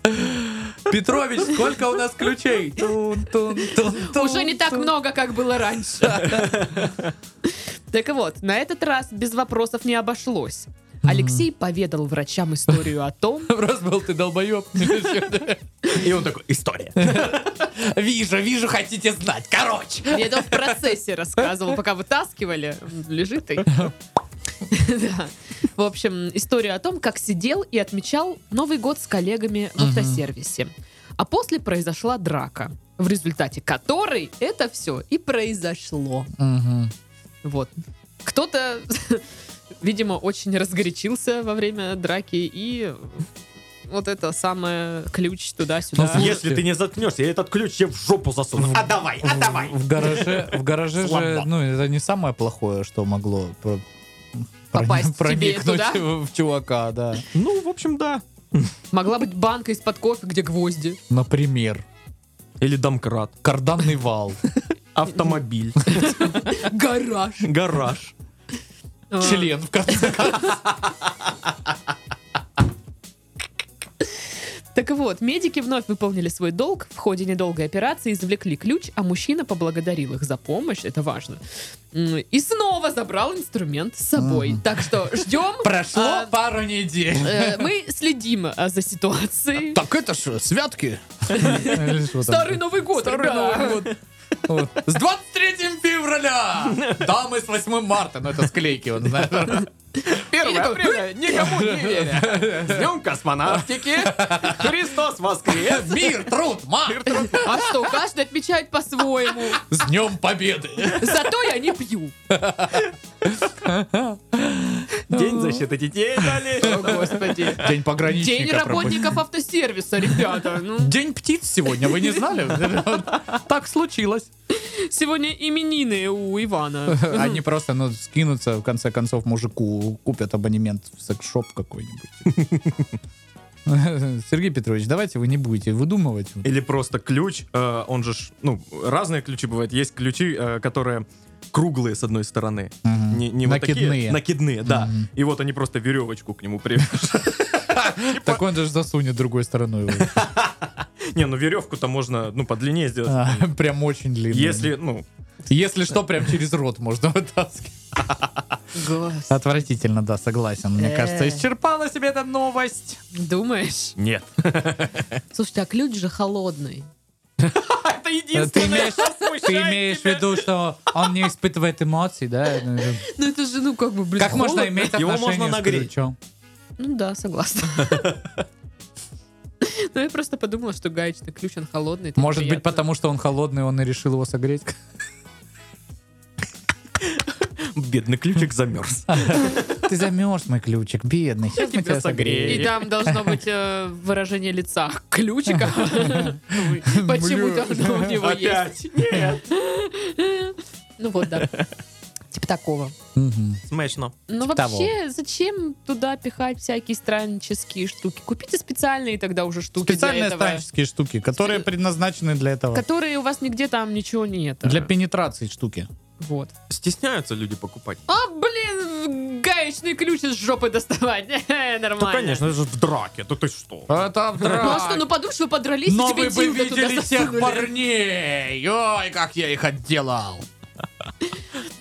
B: Петрович, сколько у нас ключей? Тун, тун, тун, тун,
A: Уже не так
B: тун.
A: много, как было раньше. Так вот, на этот раз без вопросов не обошлось. Алексей поведал врачам историю о том,
B: Раз был ты долбоеб.
C: И он такой, история.
B: Вижу, вижу, хотите знать. Короче.
A: Я это в процессе рассказывал, пока вытаскивали. Лежит и... Да. В общем, историю о том, как сидел и отмечал Новый год с коллегами в
B: Мгм.
A: автосервисе. А после произошла драка, в результате которой это все и произошло. Вот. Кто-то, видимо, очень разгорячился во время драки и вот это самое ключ туда-сюда.
B: Ну,
C: Если ты не заткнешься, я этот ключ тебе в жопу засуну. А давай, а давай.
B: В гараже, в гараже же,
C: Слабо.
B: ну, это не самое плохое, что могло про-
A: Попасть тебе
B: проникнуть
A: туда?
B: в чувака, да.
C: Ну, в общем, да.
A: Могла быть банка из-под кофе, где гвозди.
B: Например,
C: Или домкрат.
B: карданный вал,
C: Автомобиль.
A: Гараж.
C: Гараж.
B: член в конце концов.
A: Так вот, медики вновь выполнили свой долг, в ходе недолгой операции извлекли ключ, а мужчина поблагодарил их за помощь, это важно. М, И снова забрал инструмент с собой.
B: Мгм.
A: Так что ждем.
B: Прошло
A: А,
B: пару недель.
A: э, Мы следим а, за ситуацией.
B: Так это что, святки?
A: Старый Новый год,
B: Старый
A: ребят.
B: Новый С 23 февраля! Дамы с 8 марта. Ну, это склейки, он знает.
A: Или такой,
C: никому не веря. С днем космонавтики. Христос воскрес.
B: Мир, труд, мир, труд.
A: А что, каждый отмечает по-своему.
B: С Днем Победы!
A: Зато я не пью.
C: День защиты детей дали.
A: О, Господи.
B: День пограничника.
A: День
B: пропустил.
A: работников автосервиса, ребята. Ну,
B: День птиц сегодня, вы не знали? А Так случилось.
A: сегодня именины у Ивана.
B: Они просто, ну, скинутся, в конце концов, мужику купят абонемент в секс-шоп какой-нибудь. Сергей Петрович, давайте вы не будете выдумывать. Вот.
C: Или просто ключ, э, он же, ж, ну, разные ключи бывают. Есть ключи, э, которые круглые с одной стороны.
B: Мгм.
C: Не, не вот такие,
B: Накидные.
C: накидные, да.
B: Мгм.
C: И вот они просто веревочку к нему привяжут.
B: Так он же засунет другой стороной. его.
C: Не, ну веревку-то можно, ну, подлиннее сделать.
B: А, Прям очень длинный.
C: Если, ну,
B: Если что, прям через рот можно вытаскивать.
A: Господи.
B: Отвратительно, да, согласен. Мне
A: Э.
B: кажется, исчерпала себе эта новость.
A: Думаешь?
C: нет.
A: Слушайте, а ключ же холодный.
C: Это
B: Э, Ты имеешь, ты имеешь в виду, что он не испытывает эмоций, да?
A: Ну это же, ну как бы, блин,
B: Как
A: холодно.
B: можно иметь
C: Его
B: отношение
C: можно
B: с
C: нагреть.
B: ключом?
A: Ну да, согласна. Ну я просто подумала, что гаечный ключ, он холодный. это
B: Может быть,
A: приятно.
B: потому что он холодный, он и решил его согреть.
C: Бедный ключик замерз.
B: Ты замерз, мой ключик, бедный. Сейчас
C: тебя согрею.
A: И там должно быть э, выражение лица ключика. Ой, Почему-то оно у него есть.
C: Опять. Нет.
A: Ну вот, да. Типа такого.
B: Мгм.
C: Смешно.
A: Ну
B: Типа
A: вообще, зачем туда пихать всякие страннические штуки? Купите специальные тогда уже штуки для
B: Специальные
A: этого,
B: станческие штуки, которые предназначены для этого.
A: Которые у вас нигде там ничего нет. А,
B: Для пенетрации штуки.
A: Вот.
C: Стесняются люди покупать.
A: А, блин, гаечный ключ из жопы доставать. Хе-хе,
C: Ну,
A: Нормально.
C: конечно, это же в драке. Да ты что?
B: Это
A: Ну а что, ну подумай, что вы подрались, и
B: Но
A: тебе
B: вы бы
A: дилдо туда
B: видели тех
A: засунули.
B: парней! Ой, как я их отделал!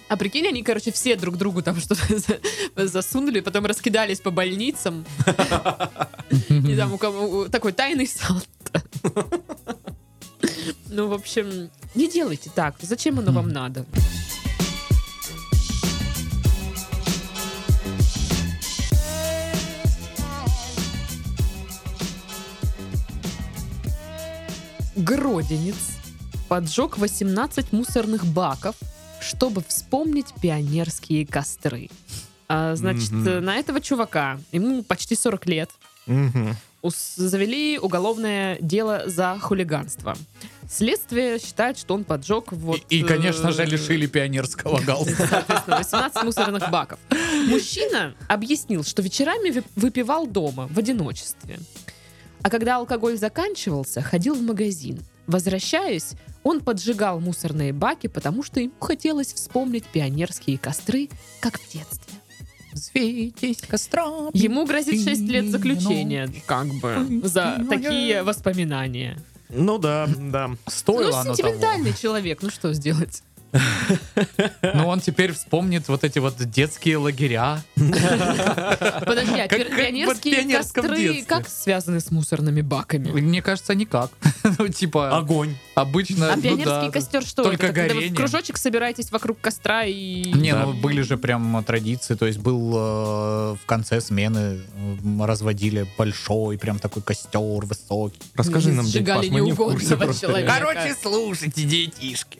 A: А прикинь, они, короче, все друг другу там что-то за- засунули, потом раскидались по больницам. И там у кого у- такой тайный салт. Ну, в общем, Не делайте так. Зачем оно вам надо? Гродинец поджег 18 мусорных баков, чтобы вспомнить пионерские костры. А, значит,
C: Мгм.
A: э, на этого чувака, ему почти 40 лет,
C: Мгм.
A: ус- завели уголовное дело за хулиганство. Следствие считает, что он поджег вот...
B: И, и, конечно же,
A: э,
B: лишили пионерского галстука.
A: соответственно, 18 мусорных баков. Мужчина объяснил, что вечерами вип- выпивал дома в одиночестве. А когда алкоголь заканчивался, ходил в магазин. Возвращаясь, он поджигал мусорные баки, потому что ему хотелось вспомнить пионерские костры, как в детстве.
B: Взвейтесь костром.
A: Ему грозит 6 лет заключения, как бы, за такие воспоминания.
C: Ну да, да.
A: Ну,
B: Стоило оно того.
A: сентиментальный человек, ну что сделать?
B: Но он теперь вспомнит вот эти вот детские лагеря.
A: Подожди, а
B: Как-
A: пи-
B: как вот в
A: пионерские
B: пионерском
A: костры
B: детстве.
A: как связаны с мусорными баками?
B: Мне кажется, никак. Ну, типа,
C: Огонь.
B: обычно...
A: А
B: ну
A: пионерский
B: да.
A: костер что? это
B: Только
A: когда вы в
B: горение.
A: кружочек собираетесь вокруг костра и...
B: Не,
C: Да.
B: ну были же прям традиции, то есть был э, в конце смены м, разводили большой прям такой костер высокий.
C: Расскажи нам, дядь
A: Сжигали
C: Паш, мы не в курсе
A: неугодного
C: просто.
A: человека.
B: Короче, слушайте, детишки.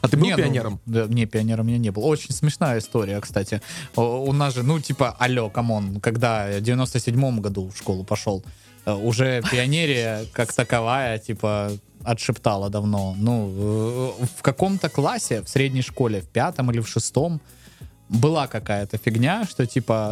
C: А ты был
B: Не, ну,
C: пионером?
B: да, не, пионером я не был. Очень смешная история, кстати. О, У нас же, ну, типа, алло, камон, когда я в 97-м году в школу пошел, э, уже пионерия как таковая, типа, отшептала давно. Ну, э, в каком-то классе, в средней школе, в пятом или в шестом, была какая-то фигня, что типа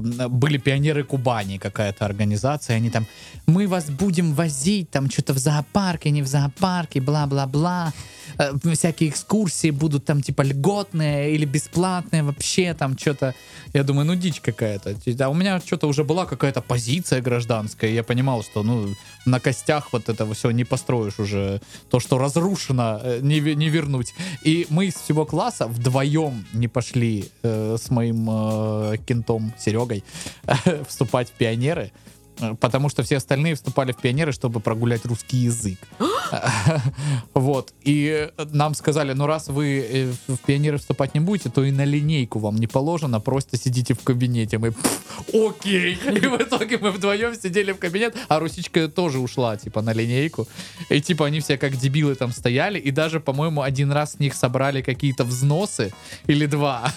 B: э, были пионеры Кубани, какая-то организация, и они там, мы вас будем возить там что-то в зоопарке, не в зоопарке, бла-бла-бла. Э, всякие экскурсии будут там типа льготные или бесплатные вообще там что-то. Я думаю, ну дичь какая-то. А у меня что-то уже была какая-то позиция гражданская, и я понимал, что ну на костях вот этого все не построишь уже. То, что разрушено, э, не, ве- не вернуть. И мы из всего класса вдвоем не пошли э, с моим э, кентом Серегой вступать в пионеры. э, Потому что все остальные вступали в пионеры, чтобы прогулять русский язык. Вот. И э, нам сказали, ну раз вы э, в в пионеры вступать не будете, то и на линейку вам не положено, просто сидите в кабинете. Мы, «Пф, окей. И в итоге мы вдвоем сидели в кабинет, а Русичка тоже ушла, типа, на линейку. И типа они все как дебилы там стояли, и даже, по-моему, один раз с них собрали какие-то взносы, или два.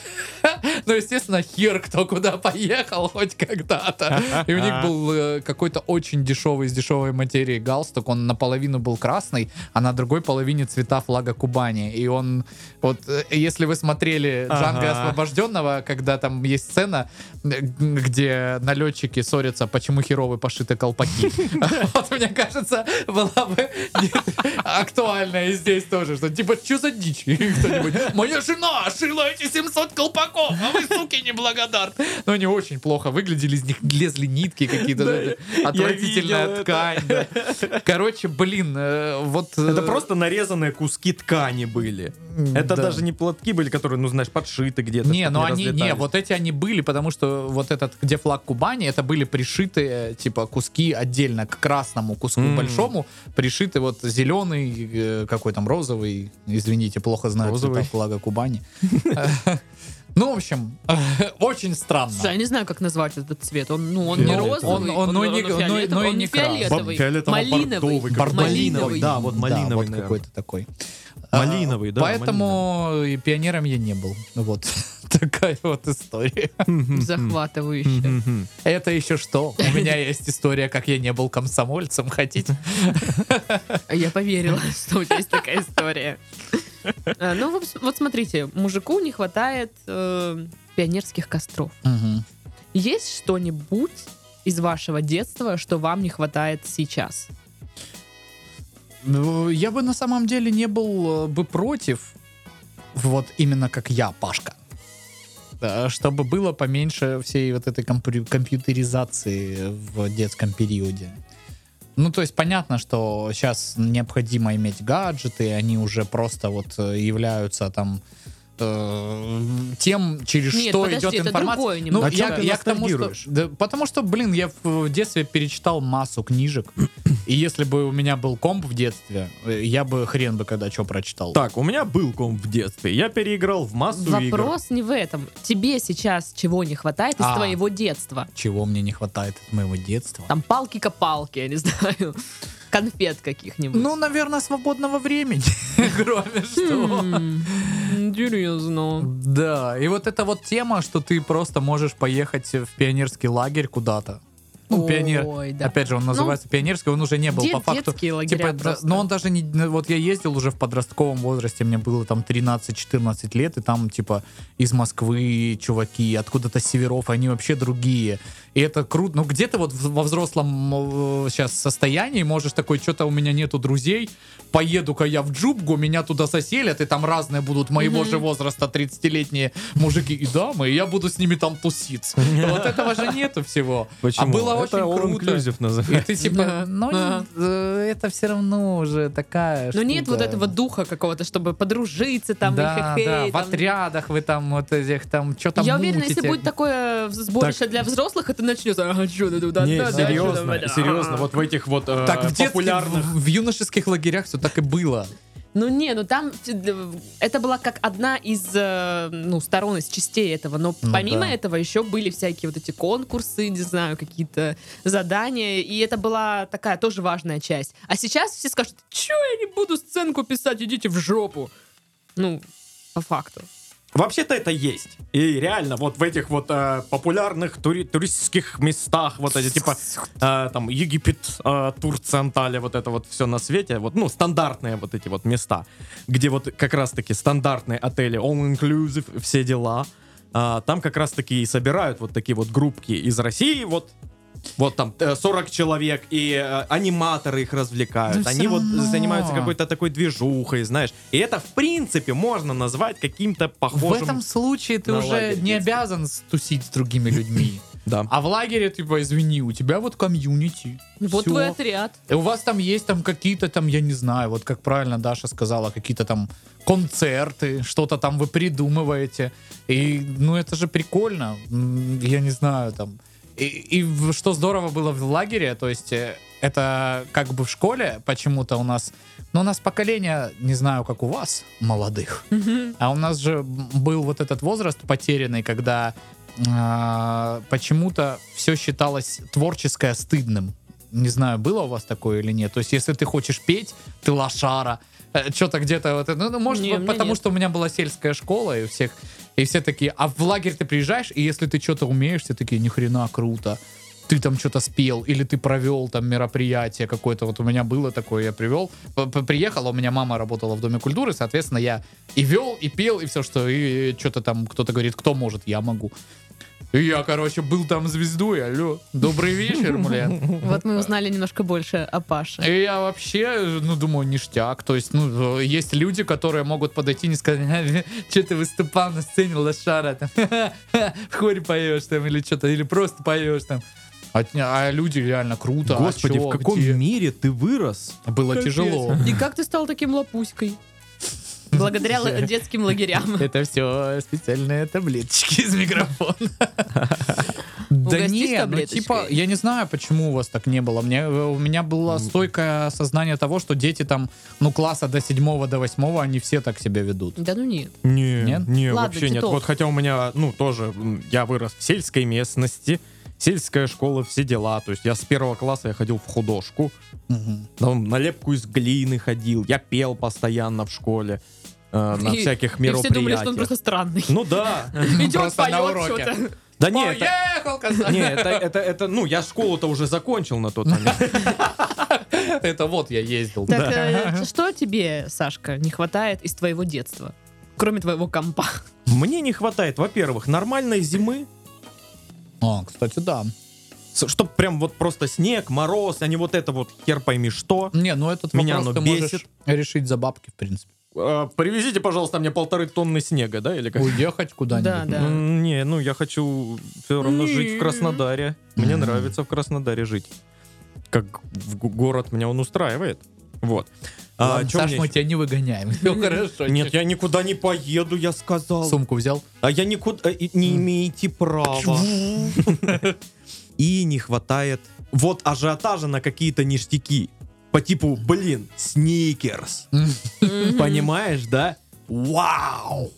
B: Ну, естественно, хер кто куда поехал хоть когда-то. И у них был э, какой-то очень дешевый из дешевой материи галстук. Он наполовину был красный, а на другой половине цвета флага Кубани. И он... Вот э, если вы смотрели Джанго
C: Ага.
B: освобожденного, когда там есть сцена, э, где налетчики ссорятся, почему херовы пошиты колпаки. Вот, мне кажется, была бы актуальная и здесь тоже, что типа, что за дичь? И кто-нибудь, моя жена шила эти 700 колпаков, а вы, суки, неблагодарны. Но они очень плохо выглядели, из них лезли нитки какие-то.
C: Да,
B: ну, это
C: видел это.
B: Отвратительная ткань. да. Короче, блин, э, вот... э,
C: Это просто нарезанные куски ткани были. Это
B: да.
C: даже не платки были, которые, ну, знаешь, подшиты где-то.
B: Не,
C: чтоб
B: ну они, не,
C: разлетались.
B: вот эти они были, потому что вот этот, где флаг Кубани, это были пришитые, типа, куски отдельно к красному куску
C: М.
B: большому, пришиты вот зеленый, э, какой там розовый, извините, плохо знаю
C: Розовый.
B: цвета флага Кубани. Ну, в общем, очень странно.
A: Слушай, я не знаю, как назвать этот цвет. Он, ну, он не
C: Фиолетовый.
A: розовый,
B: Он- он, ну, не- ну,
A: фиолетовый,
B: ну, и
A: он
B: не красный.
A: фиолетовый,
C: Фиолетово-бордовый
A: малиновый,
C: какой-то.
A: малиновый.
C: Бордовый, да, вот малиновый,
B: вот
C: наверное.
B: какой-то такой.
C: Малиновый,
B: А,
C: да,
B: Поэтому и пионером я не был. Вот такая вот история.
C: Мгм.
A: захватывающий.
C: Мгм.
B: Это еще что? У меня есть история, как я не был комсомольцем. Хотите?
A: Я поверила, что у тебя есть такая история. А, Ну, вот с- вот смотрите, мужику не хватает э, пионерских костров.
B: Мгм.
A: Есть что-нибудь из вашего детства, что вам не хватает сейчас?
B: Ну, Я бы на самом деле не был э, бы против, вот именно как я, Пашка. Да, Чтобы было поменьше всей вот этой компрю- компьютеризации в детском периоде. Ну, то есть понятно, что сейчас необходимо иметь гаджеты, они уже просто вот э, являются там э, тем, через
A: Нет,
B: что
A: подожди,
B: идет
A: это другое
B: информация.
A: немного.
C: О чем
B: я,
C: А ты
B: я к тому, что,
C: ностальгируешь?
B: да, потому что, блин, я в э, детстве перечитал массу книжек. И если бы у меня был комп в детстве, э, я бы хрен бы когда что прочитал.
C: Так, у меня был комп в детстве. Я переиграл в массу игр.
A: Вопрос не в этом. Тебе сейчас чего не хватает из
B: А.
A: твоего детства?
B: Чего мне не хватает от моего детства?
A: Там палки-копалки, я не знаю, конфет каких-нибудь.
B: Ну, наверное, свободного времени. Кроме что.
A: М, Интересно.
B: Хм. Да, и вот эта вот тема, что ты просто можешь поехать в пионерский лагерь куда-то. Ну, пионер.
A: Ой, да. Ну,
B: Опять же, он называется пионерский, он уже не был
A: Дет-
B: по факту.
A: детские лагеря
B: да,
A: просто.
B: но он даже не... Типа, ну, Вот я ездил уже в подростковом возрасте, мне было там 13-14 лет, и там, типа, из Москвы чуваки, откуда-то с северов, они вообще другие. И это круто. Ну, где то вот в- во взрослом сейчас состоянии можешь такой, что-то у меня нету друзей, поеду-ка я в Джубгу, меня туда соселят, и там разные будут моего
A: Мгм.
B: же возраста 30-летние мужики и дамы, и я буду с ними там туситься. Вот этого же нету всего. А
C: Почему?
B: было
C: Это
B: очень
C: all
B: круто.
C: inclusive
B: И
C: называется.
B: ты
A: Да.
B: типа, ну,
A: Ага.
B: э, это все равно уже такая
A: Но нет вот
B: штука».
A: этого духа какого-то, чтобы подружиться там и
B: да,
A: хе-хе,
B: да,
A: и
B: в
A: там.
B: отрядах вы там вот этих там что там
A: Я уверена, если
B: мутите.
A: будет такое сборище для взрослых, это начнется. А, что ты туда?
C: Не,
A: да, да, чё
C: серьезно,
A: ты, да,
C: серьезно,
A: а».
C: вот в этих вот э,
B: Так в детстве,
C: популярных...
B: в, в юношеских лагерях все так и было.
A: Ну не, ну там э, э, это была как одна из э, ну, сторон, из частей этого. Но
B: Ну
A: помимо
B: да.
A: этого еще были всякие вот эти конкурсы, не знаю, какие-то задания. И это была такая тоже важная часть. А сейчас все скажут, че я не буду сценку писать, идите в жопу. Ну, по факту.
C: Вообще-то это есть. И реально, вот в этих вот э, популярных тури- туристических местах, вот эти типа э, там Египет, э, Турция, Анталия, вот это вот все на свете, вот, ну, стандартные вот эти вот места, где вот как раз-таки стандартные отели, all-inclusive, все дела, А, там как раз-таки и собирают вот такие вот группки из России, вот, вот там э, 40 человек, и э, аниматоры их развлекают,
B: Да
C: они
B: всё
C: вот
B: равно.
C: занимаются какой-то такой движухой, знаешь, и это, в принципе, можно назвать каким-то
B: В
C: похожим...
B: этом случае ты
C: на
B: уже
C: лагерь
B: не
C: детский.
B: обязан тусить с другими людьми.
C: Да.
B: А в лагере, типа, извини, у тебя вот комьюнити.
A: Вот
B: Всё.
A: твой отряд.
B: И у вас там есть там какие-то там, я не знаю, вот как правильно Даша сказала, какие-то там концерты, что-то там вы придумываете. И, ну, это же прикольно. М, Я не знаю, там. И, и в- что здорово было в лагере, то есть э, это как бы в школе почему-то у нас, ну, у нас поколение, не знаю, как у вас, молодых. А у нас же был вот этот возраст потерянный, когда а, почему-то все считалось творческое стыдным. Не знаю, было у вас такое или нет. То есть, если ты хочешь петь, ты лошара. Что-то где-то вот это. Ну, Ну, может,
A: Не, у меня
B: потому
A: нет.
B: что у меня была сельская школа, и у всех. И все такие, а в лагерь ты приезжаешь, и если ты что-то умеешь, все такие, ни хрена круто. Ты там что-то спел, или ты провел там мероприятие какое-то. Вот у меня было такое, я привел. п- п- Приехал, у меня мама работала в Доме культуры, соответственно, я и вел, и пел, и все, что. И что-то там кто-то говорит, кто может, я могу. И я, короче, был там звездой, алло, добрый вечер, блядь.
A: Вот мы узнали немножко больше о Паше.
B: И я вообще, ну, думаю, ништяк. То есть, ну, э, есть люди, которые могут подойти и не сказать, что ты выступал на сцене лошара, там, в хоре поешь там, или что-то, или просто поешь там. А, а люди реально круто. а
C: Господи,
B: чё,
C: в каком
B: где?
C: мире ты вырос?
B: Было тяжело.
A: И как ты стал таким лопуськой? Благодаря л- детским лагерям.
B: Это все специальные таблеточки из микрофона. Да
A: Угостись
B: не, ну
A: таблеточкой.
B: типа, я не знаю, почему у вас так не было. Мне, э, у меня
C: Ну.
B: было стойкое сознание того, что дети там, ну, класса до седьмого, до восьмого, они все так себя
C: А,
B: ведут.
A: Да ну нет.
C: Не,
B: Нет?
C: не,
A: Ладно,
C: вообще нет.
A: Титов.
C: Вот хотя у меня, ну, тоже, м, я вырос в сельской местности, сельская школа, все дела. То есть я с первого класса я ходил в художку,
B: Мгм.
C: там на лепку из глины ходил, я пел постоянно в школе, э, на
A: И-
C: всяких
A: И все
C: мероприятиях.
A: думали, что он просто странный.
C: Ну да.
A: Идет,
B: Просто на
A: поет
B: уроке.
A: что-то.
C: Да не, это...
B: Поехал, казак!
C: Не, это, это, это, ну, я школу-то уже закончил на тот момент.
B: Это вот я ездил.
A: Так, э, что тебе, Сашка, не хватает из твоего детства? Кроме твоего компа.
C: Мне не хватает, во-первых, нормальной зимы,
B: А, кстати, да.
C: чтобы прям вот просто снег, мороз, а не вот это вот хер пойми что.
B: Не, ну этот
C: Меня
B: вопрос ты
C: оно
B: можешь
C: бесит.
B: решить за бабки, в принципе.
C: Э, Привезите, пожалуйста, мне полторы тонны снега, да, или как?
B: Уехать
A: Да,
B: куда-нибудь.
A: да.
C: М, Не, ну я хочу все равно жить в Краснодаре. Мне
B: Мгм.
C: нравится в Краснодаре жить. Как в г- город меня он устраивает. Вот. А,
B: Ладно,
C: чё
B: Саш,
C: мне
B: мы
C: ещё?
B: тебя не выгоняем. Все хорошо.
C: Нет, я никуда не поеду, я сказал.
B: Сумку взял.
C: А я никуда э, не имеете права. И не хватает вот ажиотажа на какие-то ништяки. По типу, блин, сникерс. Понимаешь, да? Вау!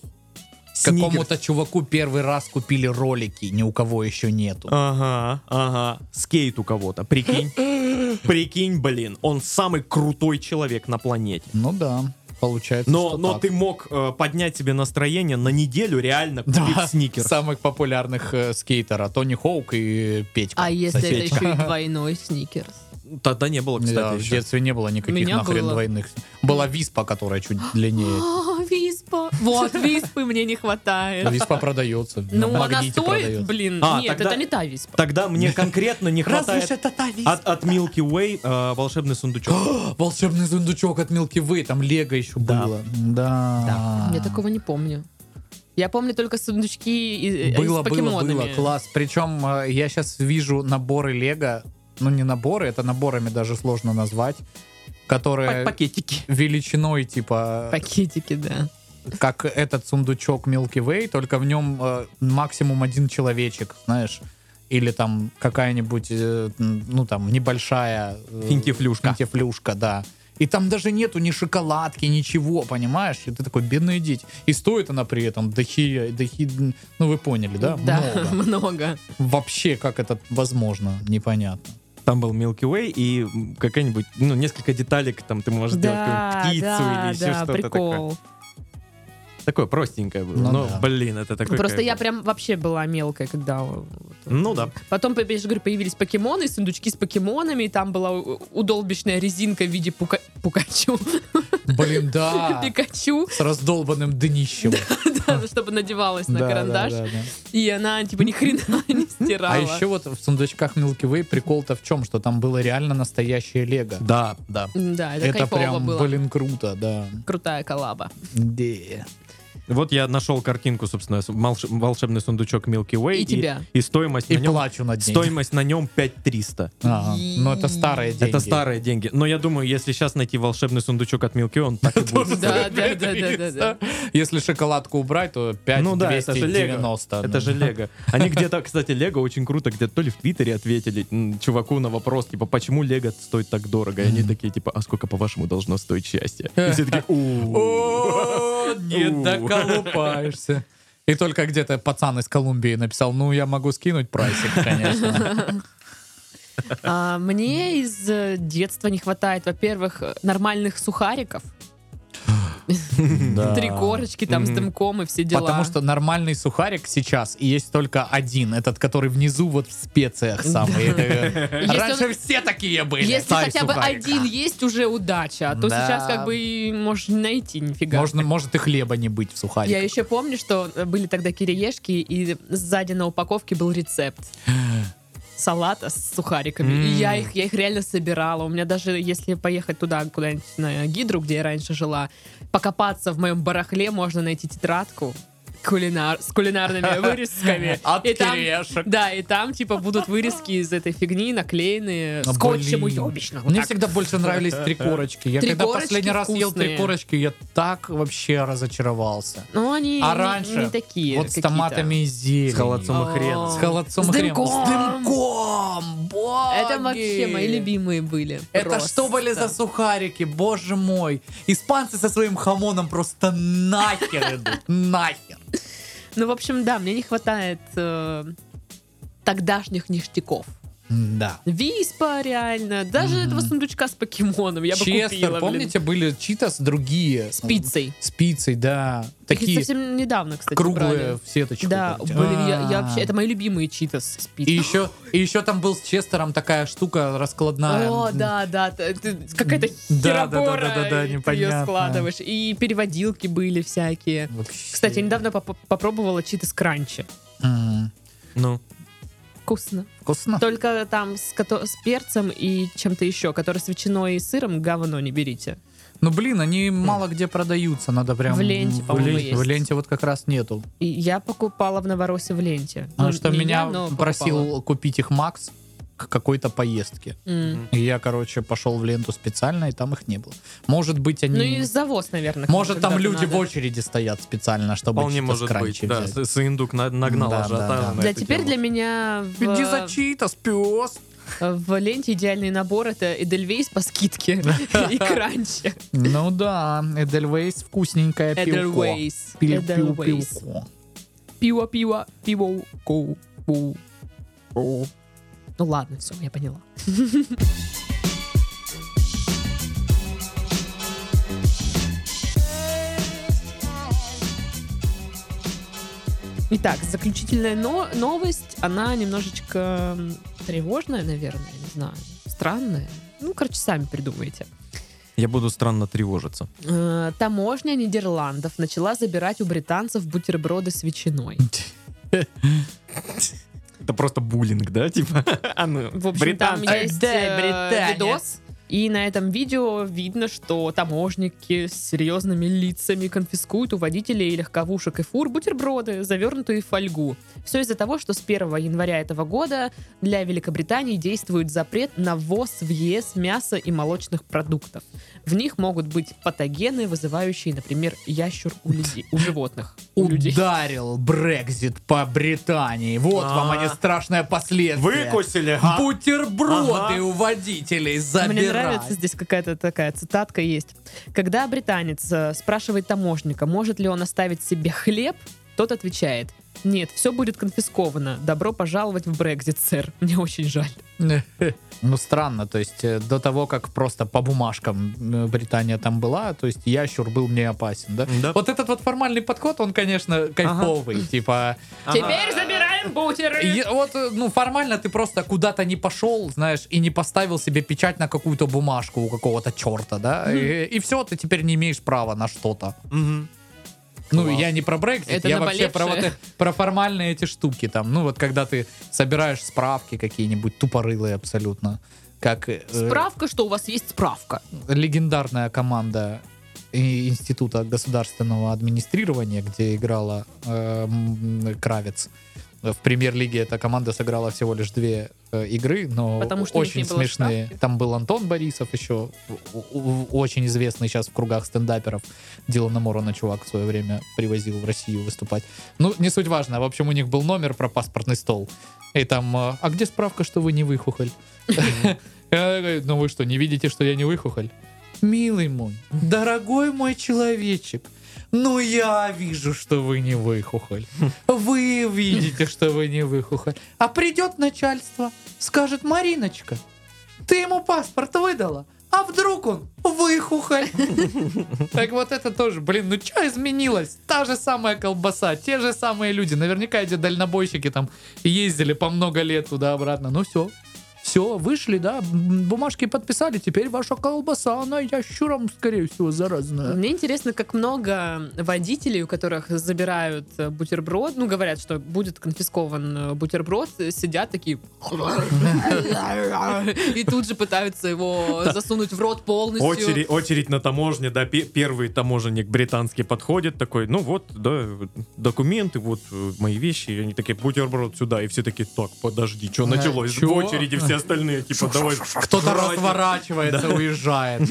C: Сникерс.
B: Какому-то чуваку первый раз купили ролики, ни у кого еще нету.
C: Ага, ага. Скейт у кого-то, прикинь. Прикинь, блин, он самый крутой человек на планете.
B: Ну да, получается,
C: Но,
B: что
C: но
B: так.
C: ты мог э, поднять себе настроение на неделю реально купив
B: Да,
C: сникерс.
B: самых популярных э, скейтера. Тони Хоук и Петька.
A: А если это
C: Соседка.
A: еще и двойной сникерс?
C: Тогда не было, кстати,
B: Да, в
C: еще.
B: детстве не было никаких
A: Меня
B: нахрен
A: было.
B: двойных. Была виспа, которая чуть длиннее.
A: А, виспа. Вот, виспы мне не хватает.
B: Виспа продается. на
A: Ну, она
B: магните
A: стоит,
B: продается.
A: блин.
C: А,
A: Нет,
C: тогда-
A: это не та виспа.
C: Тогда мне конкретно не
B: Разве ж
C: хватает
B: это та виспа?
C: от, от Milky Way э, волшебный сундучок.
B: Волшебный сундучок от Milky Way, там Лего еще
C: Да.
B: было. Да.
A: Я такого не помню. Я помню только сундучки и- и- э,
B: было,
A: с
B: было,
A: покемонами.
B: было, класс. Причем э, я сейчас вижу наборы Лего, ну не наборы, это наборами даже сложно назвать,
C: Э,
B: которые
C: Пакетики.
B: величиной типа
A: Пакетики, да.
B: как этот сундучок Milky Way, только в нем э, максимум один человечек, знаешь, или там какая-нибудь, э, м, ну там небольшая э,
C: Финтифлюшка.
B: финтифлюшка, да. И там даже нету ни шоколадки, ничего, понимаешь? И ты такой, бедные дети. И стоит она при этом дохи, дохи, ну вы поняли, да?
A: Да,
B: Много.
A: много.
B: Вообще, как это возможно, непонятно.
C: Там был Milky Way и м, какая-нибудь, ну, несколько деталек, там ты можешь сделать какую-нибудь птицу или еще
A: да,
C: что-то такое.
A: прикол.
C: Такое простенькое было.
B: Ну
C: но,
B: да.
C: блин, это такое...
A: Ну, Просто
C: кайф
A: я
C: был.
A: прям вообще была мелкая, когда... вот-
C: Ну да.
A: Потом, я же говорю, появились покемоны, сундучки с покемонами, и там была у- удолбищная резинка в виде пука... пукачу,
B: Блин, да.
A: пикачу,
B: С раздолбанным днищем.
A: да, чтобы надевалась на
B: Да, да,
A: карандаш.
B: да, да.
A: И она, типа, ни хрена не стирала.
B: А еще вот в сундучках Milky Way прикол-то в чем, что там было реально настоящее лего.
C: Да, да.
A: Да, это,
B: Это
A: кайфово
B: прям,
A: было.
B: блин, круто, да.
A: Крутая коллаба.
B: Де.
C: Вот я нашел картинку, собственно, с- волш- волшебный сундучок Milky Way.
A: И тебя.
C: И стоимость
B: И
C: на нем...
B: плачу над ней.
C: Стоимость на нем 5300.
B: Ага. Ну, это старые деньги.
C: Это старые деньги. Но я думаю, если сейчас найти волшебный сундучок от Milky Way, он так и будет.
A: Да, да, да, да, да, да.
B: Если шоколадку убрать, то
C: Ну да, это же Лего.
B: 5290.
C: Это же Лего. Они где-то, кстати, Лего очень круто, где-то то ли в Твиттере ответили м, чуваку на вопрос, типа, почему Лего стоит так дорого? И они такие, типа, а сколько, по-вашему, должно стоить счастье? И все такие,
B: О, не
C: Ну.
B: доколупаешься. И только где-то пацан из Колумбии написал, ну, я могу скинуть прайсик, конечно.
A: А, мне из э, детства не хватает, во-первых, э, нормальных сухариков.
B: Да.
A: Три корочки там с
C: Мгм.
A: дымком и все дела.
B: А. Потому что нормальный сухарик сейчас и есть только один, этот, который внизу вот в специях самый. Это-
A: Если
B: Раньше
A: он-
B: все такие были.
A: Если
B: царь
A: хотя бы
B: сухарика.
A: один есть, уже удача. А то
B: Да.
A: сейчас как бы и можешь не найти нифига.
B: Можно, может и хлеба не быть в сухарике.
A: Я еще помню, что э, были тогда кириешки, и сзади на упаковке был рецепт салата с сухариками. И я их, я их реально собирала. У меня даже, если поехать туда, куда-нибудь на Гидру, где я раньше жила, покопаться в моем барахле, можно найти тетрадку кулинар, с кулинарными вырезками.
B: От
A: И там-
B: кириешек.
A: Да, и там, типа, будут вырезки из этой фигни, наклеенные
B: А,
A: скотчем
B: блин. Ну,
A: уебищно. Вот
B: Мне
A: так.
B: всегда больше нравились три корочки. Я
A: Три
B: когда
A: корочки
B: последний раз ел три
A: вкусные.
B: корочки, я так вообще разочаровался.
A: Ну, они
B: А
A: не-
B: раньше
A: не такие
B: вот с
A: какие-то.
B: томатами и зеленью.
C: С холодцом и хреном.
A: О.
B: С холодцом
A: С
B: и хреном.
A: дымком.
B: С дымком. Боги.
A: Это вообще мои любимые были.
B: Это
A: Просто.
B: что были за сухарики, боже мой. Испанцы со своим хамоном просто нахер идут, нахер.
A: Ну, в общем, да, мне не хватает э, тогдашних ништяков.
B: Да.
A: Виспа, реально. Даже этого сундучка с покемоном я бы купила, блин.
B: помните, были читас другие.
A: С пиццей.
B: С пиццей, да.
A: Их
B: Такие
A: совсем недавно, кстати,
B: круглые
A: брали.
B: в сеточку.
A: Да,
B: помните?
A: блин, я, я
B: А.
A: вообще... Это мои любимые читас с
B: И
A: пиццей.
B: еще, и еще там был с Честером такая штука раскладная.
A: О, да, да, т- т- какая-то
B: Да, да, да,
A: херобора,
B: да, да, да,
A: и ты ее
B: непонятно.
A: складываешь. И переводилки были всякие.
B: Вообще.
A: Кстати, я недавно поп- попробовала читас кранчи.
B: М,
C: Ну,
A: Вкусно.
B: Вкусно.
A: Только там с, кото- с перцем и чем-то еще, который с ветчиной и сыром, говно не берите.
B: Ну, блин, они мало где продаются, надо прям...
A: В ленте,
B: в
A: по-моему,
B: ленте- В
A: есть. Ну,
B: ленте вот как раз нету.
A: И я покупала в Новоросе в ленте. Ну,
B: Потому А что
A: не
B: меня
A: я, но
B: просил
A: покупала.
B: купить их Макс. к какой-то поездке.
A: М.
B: И я, короче, пошел в ленту специально, и там их не было. Может быть, они...
A: Ну и завоз, наверное. к
B: Может,
A: ним
B: там
A: когда-то
B: люди
A: надо.
B: в очереди стоят специально, чтобы
C: Вполне
B: что-то с
C: может быть,
B: кранчей
C: да. Э,
B: взять.
C: С- Сындук на- нагнал
B: Да,
C: ажиотаж
B: да, да.
C: на
A: Для
C: эту
A: теперь
C: тему.
A: для меня
B: Иди за
A: в,
B: читас, пес!
A: в ленте идеальный набор это Эдельвейс по скидке и кранчи.
B: Ну да, Эдельвейс вкусненькое пивко.
A: Эдельвейс.
B: Пил- пил-
A: Эдельвейс.
B: пивко.
A: Пиво, пиво, пиво, коу, коу. Ну ладно, все, я поняла. Итак, заключительная но- новость, она немножечко м, тревожная, наверное, я не знаю, странная. Ну, короче, сами придумайте.
C: Я буду странно тревожиться.
A: Э, Таможня Нидерландов начала забирать у британцев бутерброды с ветчиной.
C: Это просто буллинг, да, типа? А ну,
A: В общем,
C: британцы.
A: там есть э, видос, и на этом видео видно, что таможники с серьезными лицами конфискуют у водителей легковушек и фур бутерброды, завернутые в фольгу. Все из-за того, что с 1 января этого года для Великобритании действует запрет на ввоз в ЕС мяса и молочных продуктов. В них могут быть патогены, вызывающие, например, ящур у, людей, у животных. У людей.
B: Ударил Брекзит по Британии. Вот вам
C: А.
B: они страшные последствия.
C: Выкусили. а?
B: Бутерброды
C: Ага.
B: у водителей забирать.
A: Мне нравится здесь какая-то такая цитатка есть. Когда британец э, спрашивает таможника, может ли он оставить себе хлеб, тот отвечает, нет, все будет конфисковано. Добро пожаловать в Брекзит, сэр. Мне очень жаль.
B: Ну, странно, то есть э, до того, как просто по бумажкам э, Британия там была, то есть ящур был мне опасен, да?
C: Да.
B: Вот этот вот формальный подход, он, конечно, кайфовый, типа...
C: Ага.
A: Теперь забираем бутеры!
B: е- вот, э, ну, формально ты просто куда-то не пошел, знаешь, и не поставил себе печать на какую-то бумажку у какого-то черта, да? И, все, ты теперь не имеешь права на что-то.
C: Мгм.
B: Ну,
C: Класс.
B: я не про Брекзит,
A: Это
B: я вообще про, вот,
A: наболевшее.
B: э- про формальные эти штуки там. Ну, вот когда ты собираешь справки какие-нибудь тупорылые абсолютно. Как э,
A: Справка, что у вас есть справка.
B: легендарная команда и- Института государственного администрирования, где играла э, м, Кравец. В премьер-лиге эта команда сыграла всего лишь две э, игры, но
A: Потому что у них
B: очень
A: не было
B: смешные.
A: ставки.
B: Там был Антон Борисов еще, о- о- очень известный сейчас в кругах стендаперов. Дилана Морона чувак в свое время привозил в Россию выступать. Ну, не суть важно. В общем, у них был номер про паспортный стол. И там, э, а где справка, что вы не выхухоль? Я говорю, Ну вы что, не видите, что я не выхухоль? Милый мой, дорогой мой человечек, ну я вижу, что вы не выхухоль. Вы видите, что вы не выхухоль. А придет начальство, скажет, Мариночка, ты ему паспорт выдала, а вдруг он выхухоль? Так вот это тоже, блин, ну что изменилось? Та же самая колбаса, те же самые люди. Наверняка эти дальнобойщики там ездили по много лет туда-обратно. Ну все, все, вышли, да, м, бумажки подписали, теперь ваша колбаса, она ящуром, скорее всего, заразная.
A: Мне интересно, как много водителей, у которых забирают э, бутерброд, ну, говорят, что будет конфискован э, бутерброд, э, сидят такие... И тут же пытаются его засунуть в рот полностью.
C: Очередь, очередь на таможне, да, пе- первый таможенник британский подходит, такой, ну вот, да, документы, вот э, мои вещи, и они такие, бутерброд сюда, и все такие, так, подожди, что
B: Да,
C: началось?
B: чё?
C: В очереди все остальные, типа, давай.
B: Кто-то
C: Аккуратнее.
B: разворачивается, уезжает.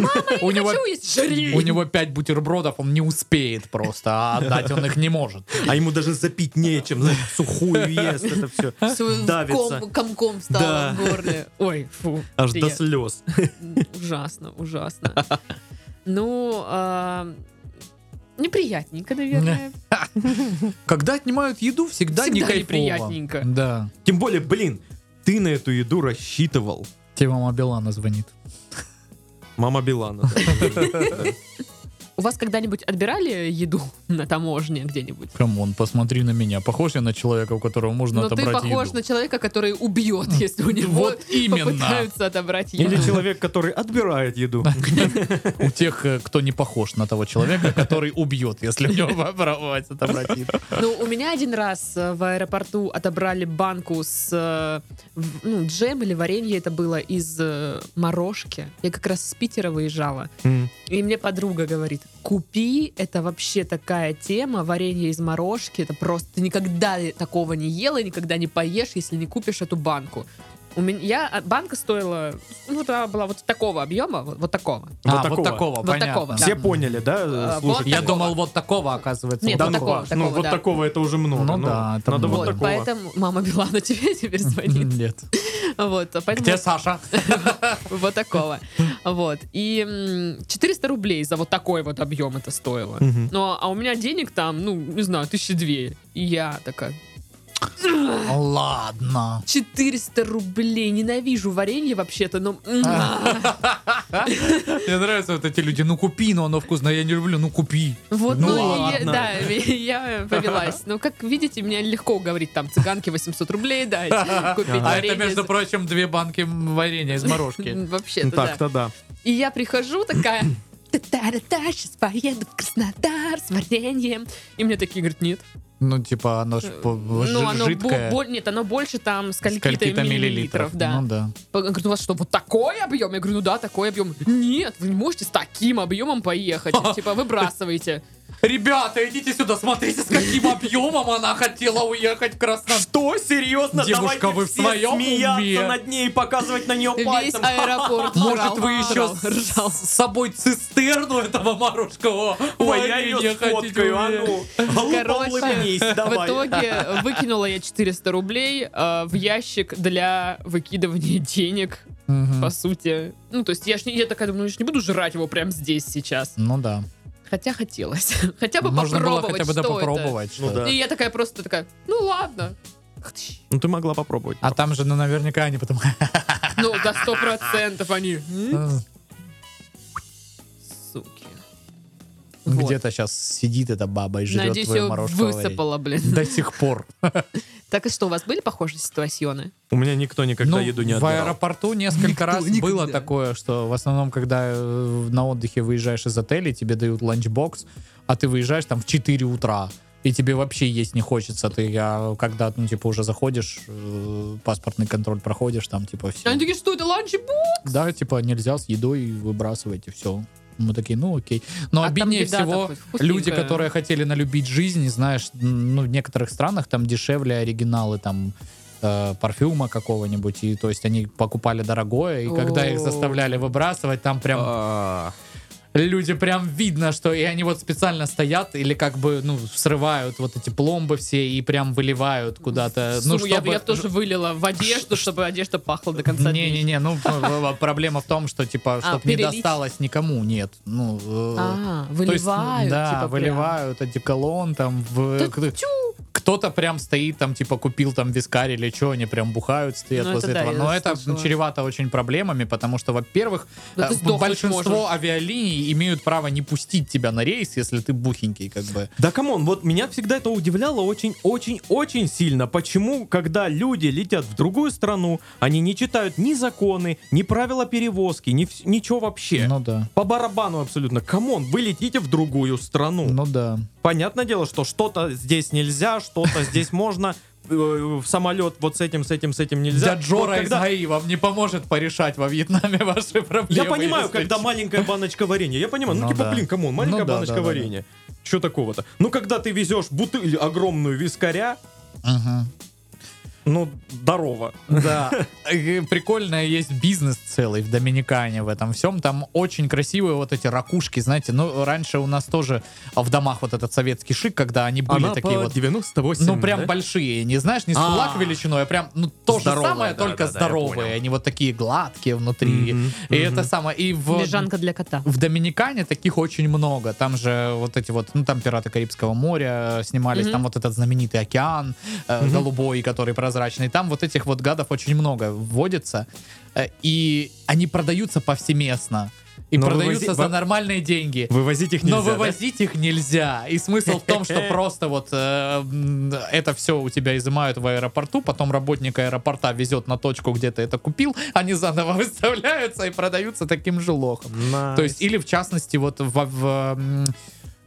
B: у, него,
A: хочу есть, жри!
B: у него пять бутербродов, он не успеет просто, а отдать он их не может.
C: А ему даже запить нечем, знаешь, сухую ест, это все
A: Всё
C: давится.
A: ком- комком встало
C: Да.
A: в горле. Ой, фу.
C: Аж до
A: привет.
C: слез.
A: Ужасно, ужасно. Ну, а, неприятненько, наверное.
B: Когда отнимают еду, всегда,
A: Всегда
B: не кайфово.
A: неприятненько.
B: Да.
C: Тем более, блин, ты на эту еду рассчитывал.
B: Тебе мама Билана звонит.
C: Мама Билана.
A: У вас когда-нибудь отбирали еду на таможне где-нибудь?
B: Камон, посмотри на меня. Похож я на человека, у которого можно
A: Но ты
B: отобрать
A: похож
B: еду?
A: на человека, который убьет, если у него
B: Вот именно.
A: попытаются отобрать еду.
C: Или человек, который отбирает еду.
B: У тех, э, кто не похож на того человека, который убьет, если у него попробовать отобрать еду.
A: Ну, у меня один раз э, в аэропорту отобрали банку с э, в- ну, джем или варенье это было из э, морожки. Я как раз из Питера выезжала.
C: М.
A: И мне подруга говорит, купи, это вообще такая тема, варенье из морожки, это просто ты никогда такого не ела, никогда не поешь, если не купишь эту банку. У меня я- а, банка стоила, ну, да, была вот такого объема, вот, вот такого.
B: А,
C: Вот
B: вот
C: такого.
B: такого,
A: Вот
B: понятно.
A: такого, да.
C: Все поняли, да,
A: А,
C: слушатели?
B: Я
A: Такого.
B: думал, вот такого, оказывается.
A: Нет,
B: вот
A: вот
B: такого.
A: такого.
C: Ну, вот
A: да.
C: такого это уже много.
B: Ну да, это
C: Надо вот
B: много.
C: такого.
A: поэтому мама Билана тебе теперь звонит.
B: Нет.
A: Вот, а поэтому
B: Где Саша?
A: вот такого. Вот. И м, 400 рублей за вот такой вот объем это стоило.
C: Мгм.
A: Но, а у меня денег там, ну, не знаю, тысячи две. И я такая,
B: Ладно.
A: 400 рублей, ненавижу варенье вообще-то, но... м,
B: А. Мне нравятся вот эти люди. Ну купи, но оно вкусное, я не люблю, ну купи.
A: Вот,
B: Ну
A: ну, и я,
B: ладно.
A: да, я повелась. Ну, как видите, мне легко говорить, там, цыганке 800 рублей дать, купить
B: А это,
A: варенье.
B: между Ну прочим, две банки варенья из морожки.
A: Вообще-то, да.
C: Ну, Так-то да.
A: И я прихожу такая, та-та-та-та, сейчас поеду в Краснодар с вареньем. И мне такие говорят, нет.
B: Ну, типа, оно ж по-
A: ну,
B: жи-
A: оно, бо-
B: жидкое.
A: боль- нет, оно больше там скольки-то,
B: Скольки-то
A: миллилитров. Да.
B: Ну да.
A: Он говорит, у вас что, вот такой объем? Я говорю, ну да, такой объем. Нет, вы не можете с таким объемом поехать. Типа, выбрасывайте.
B: Ребята, идите сюда, смотрите, с каким объемом она хотела уехать в Краснодар.
C: Что? Серьезно?
B: Девушка,
C: Давайте
B: вы в
C: все
B: своем
C: смеяться
B: уме?
C: над ней и показывать на нее
A: Весь
C: пальцем.
A: аэропорт
B: Может,
A: орал,
B: вы еще
A: орал,
B: с
A: ржал.
B: с собой цистерну этого морожкого
C: Ой, я
B: варенья
C: ее
B: хотите
C: сфоткаю, а
B: уехать?
C: ну. Голуба,
A: Короче,
C: улыбнись,
A: В
C: давай.
A: итоге выкинула я 400 рублей э, в ящик для выкидывания денег,
B: Мгм.
A: по сути. Ну, то есть я, ж, не- я такая думаю, я ж не буду жрать его прям здесь сейчас.
B: Ну да.
A: Хотя хотелось. Хотя бы
B: Можно было
A: попробовать,
B: хотя бы да
A: что это.
B: попробовать.
C: Ну
B: что
C: да.
A: И я такая просто такая, ну ладно. Хтыщ.
C: Ну ты могла попробовать.
B: А там же, ну, наверняка они потом...
A: Ну, до сто процентов они. м, Суки. Вот.
B: Где-то сейчас сидит эта баба и жрет
A: Надеюсь,
B: твое
A: ее
B: мороженое.
A: высыпало, блин.
B: варенье. До сих пор.
A: Так и что, у вас были похожие ситуационы?
C: У меня никто никогда
B: Ну,
C: еду не
B: в
C: отбирал.
B: аэропорту несколько
A: Никто,
B: раз
A: никогда.
B: было такое, что в основном, когда э, на отдыхе выезжаешь из отеля, тебе дают ланчбокс, а ты выезжаешь там в 4 утра, и тебе вообще есть не хочется. Ты а, когда, ну, типа, уже заходишь, э, паспортный контроль проходишь, там, типа, все.
A: Они такие, что это ланчбокс?
B: Да, типа, нельзя с едой выбрасывать, и все. Мы такие, ну окей. Но
A: А там
B: обиднее
A: еда-то
B: всего
A: хоть вкусненькая.
B: люди, которые хотели налюбить жизнь, и знаешь, м, ну, в некоторых странах там дешевле оригиналы там э, парфюма какого-нибудь. И то есть они покупали дорогое, и когда их
A: О.
B: заставляли выбрасывать, там прям
C: А,
B: люди прям видно, что и они вот специально стоят или как бы, ну, срывают вот эти пломбы все и прям выливают куда-то.
A: Ну,
B: Ну,
A: я,
B: чтобы-
A: бы- я бы тоже вылила в одежду, чтобы одежда пахла до конца дня.
B: не-не-не, ну п- п- проблема в том, что типа,
A: А,
B: чтобы не
A: перелить?
B: досталось никому, нет. Ну, э,
A: А,
B: то есть,
A: выливают.
B: да,
A: типа, прям.
B: выливают э, одеколон там в...
A: Да
B: кто- Кто-то прям стоит там, типа, купил там вискарь или что, они прям бухают, стоят
A: Ну, это
B: возле
A: да,
B: этого.
A: я
B: Но это
A: слышала.
B: чревато очень проблемами, потому что, во-первых,
A: Да
B: э,
A: ты сдохнуть
B: большинство
A: можешь.
B: авиалиний имеют право не пустить тебя на рейс, если ты бухенький, как бы.
C: Да камон, вот меня всегда это удивляло очень-очень-очень сильно. Почему, когда люди летят в другую страну, они не читают ни законы, ни правила перевозки, ни вс- ничего вообще.
B: Ну да,
C: По барабану абсолютно. Камон, вы летите в другую страну.
B: ну да.
C: Понятное дело, что что-то здесь нельзя, что-то здесь можно. э, В самолет вот с этим, с этим, с этим нельзя.
B: Дядя Джора
C: Вот
B: из
C: когда-
B: ГАИ вам не поможет порешать во Вьетнаме ваши
C: Я
B: проблемы.
C: понимаю,
B: если
C: когда
B: чё.
C: маленькая баночка варенья. Я понимаю, ну,
B: Ну
C: типа,
B: да.
C: блин, камон, маленькая
B: Ну да,
C: баночка
B: да, да, да.
C: варенья. Че такого-то? Ну, когда ты везешь бутыль огромную вискаря,
B: Мгм.
C: ну, здорово.
B: Да. И Прикольно, есть бизнес целый в Доминикане в этом всем. Там очень красивые вот эти ракушки, знаете. Ну, раньше у нас тоже в домах вот этот советский шик, когда они были такие вот...
C: 98,
B: Ну, прям большие. Не знаешь, не с
C: А.
B: кулак величиной, а прям, ну, то же
C: Здоровые,
B: самое,
C: да,
B: только
C: да, да, я
B: здоровые.
C: понял.
B: Они вот такие гладкие внутри.
C: Мгм,
B: И
C: мгм.
B: это самое... И в...
A: Лежанка для кота.
B: В Доминикане таких очень много. Там же вот эти вот, ну там пираты Карибского моря э, снимались,
A: Мгм.
B: там вот этот знаменитый океан э,
C: Мгм.
B: голубой, который прозрачный. Там вот этих вот гадов очень много вводится, э, и они продаются повсеместно. И
C: Но
B: продаются
C: вывози-
B: за
C: во-
B: нормальные деньги.
C: Вывозить их нельзя,
B: Но
C: да?
B: вывозить их нельзя. И смысл в том, что просто вот э, м, это все у тебя изымают в аэропорту, потом работник аэропорта везет на точку, где ты это купил, они заново выставляются и продаются таким же лохом.
C: Найс.
B: То есть, или в частности, вот в, в, м,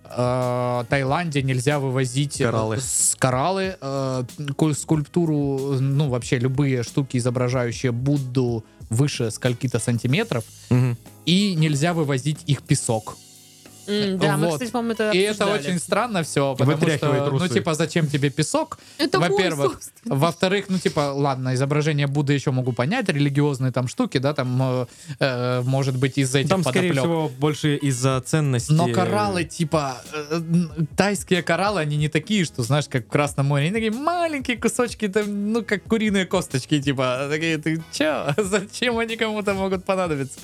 B: э, Таиланде нельзя вывозить э,
C: Кораллы.
B: с кораллы, э, ку- скульптуру, ну вообще любые штуки, изображающие Будду выше скольки-то сантиметров,
C: Мгм.
B: и нельзя вывозить их песок.
A: М, Да, мы,
B: Вот.
A: кстати, по-моему, это
B: И это
A: обсуждали.
B: очень странно все, потому
C: Вытряхивает
B: что, ну,
C: трусы.
B: типа, зачем тебе песок?
A: Это мой
B: Во-первых,
A: собственный.
B: во-вторых, ну, типа, ладно, изображение Будды еще могу понять, религиозные там штуки, да, там, э, э, может быть, из-за этих
C: Там, скорее
B: подоплек.
C: всего, больше из-за ценностей.
B: Но кораллы, типа, э, н- тайские кораллы, они не такие, что, знаешь, как в Красном море. Они такие маленькие кусочки, там, ну, как куриные косточки, типа. Такие, ты чё? Зачем они кому-то могут понадобиться?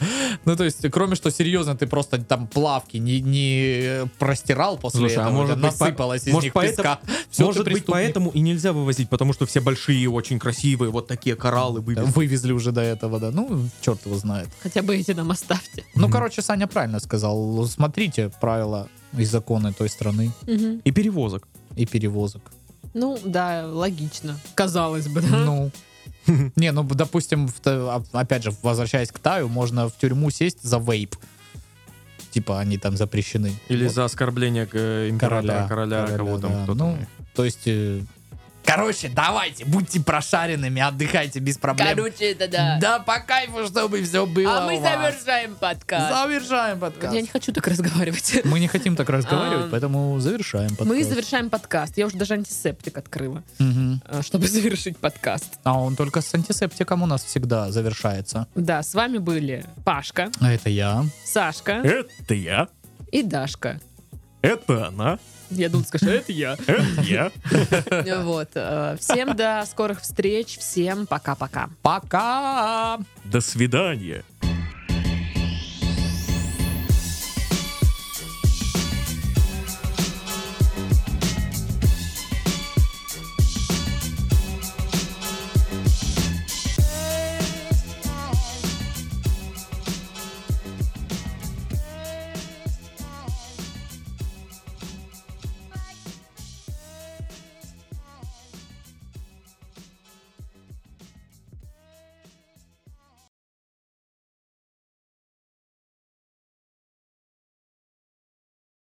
B: Ну, то есть, кроме что, серьезно, ты просто там плавки не, не э, простирал после
C: Слушай, а
B: этого,
C: может
B: да,
C: быть, по-
B: насыпалось из
C: может,
B: них
C: поэтому-
B: песка. Всё, ты
C: Может быть,
B: преступник.
C: поэтому и нельзя вывозить, потому что все большие, очень красивые, вот такие кораллы
B: Да,
C: вывезли.
B: Вывезли уже до этого, да. Ну, черт его знает.
A: Хотя бы эти нам оставьте.
B: Ну,
C: Мгм.
B: короче, Саня правильно сказал. Смотрите правила и законы той страны
A: Мгм.
C: И перевозок.
B: и перевозок.
A: Ну, да, логично. Казалось бы, да.
B: Ну. Не, ну, допустим, в та- оп- опять же, возвращаясь к Таю, можно в тюрьму сесть за вейп. Типа они там запрещены.
C: Или
B: Вот.
C: за оскорбление э, императора, короля, кого там.
B: да.
C: кто
B: Ну,
C: там.
B: то есть... э, Короче, давайте, будьте прошаренными, отдыхайте без проблем.
A: Короче, А это
B: Да по кайфу, чтобы все было у вас.
A: подкаст.
B: Завершаем подкаст.
A: Я не хочу так разговаривать.
B: Мы не хотим так разговаривать,
A: А,
B: поэтому завершаем подкаст.
A: Мы завершаем подкаст. Я уже даже антисептик открыла,
B: Мгм.
A: э, чтобы завершить подкаст.
B: А он только с антисептиком у нас всегда завершается.
A: Да, с вами были Пашка,
B: А это я.
A: Сашка
C: Это я,
A: и Дашка.
C: это она,
A: Я думал, скажешь, это я.
C: это я.
A: Вот. э, Всем до скорых встреч. Всем пока-пока.
B: Пока!
C: До свидания.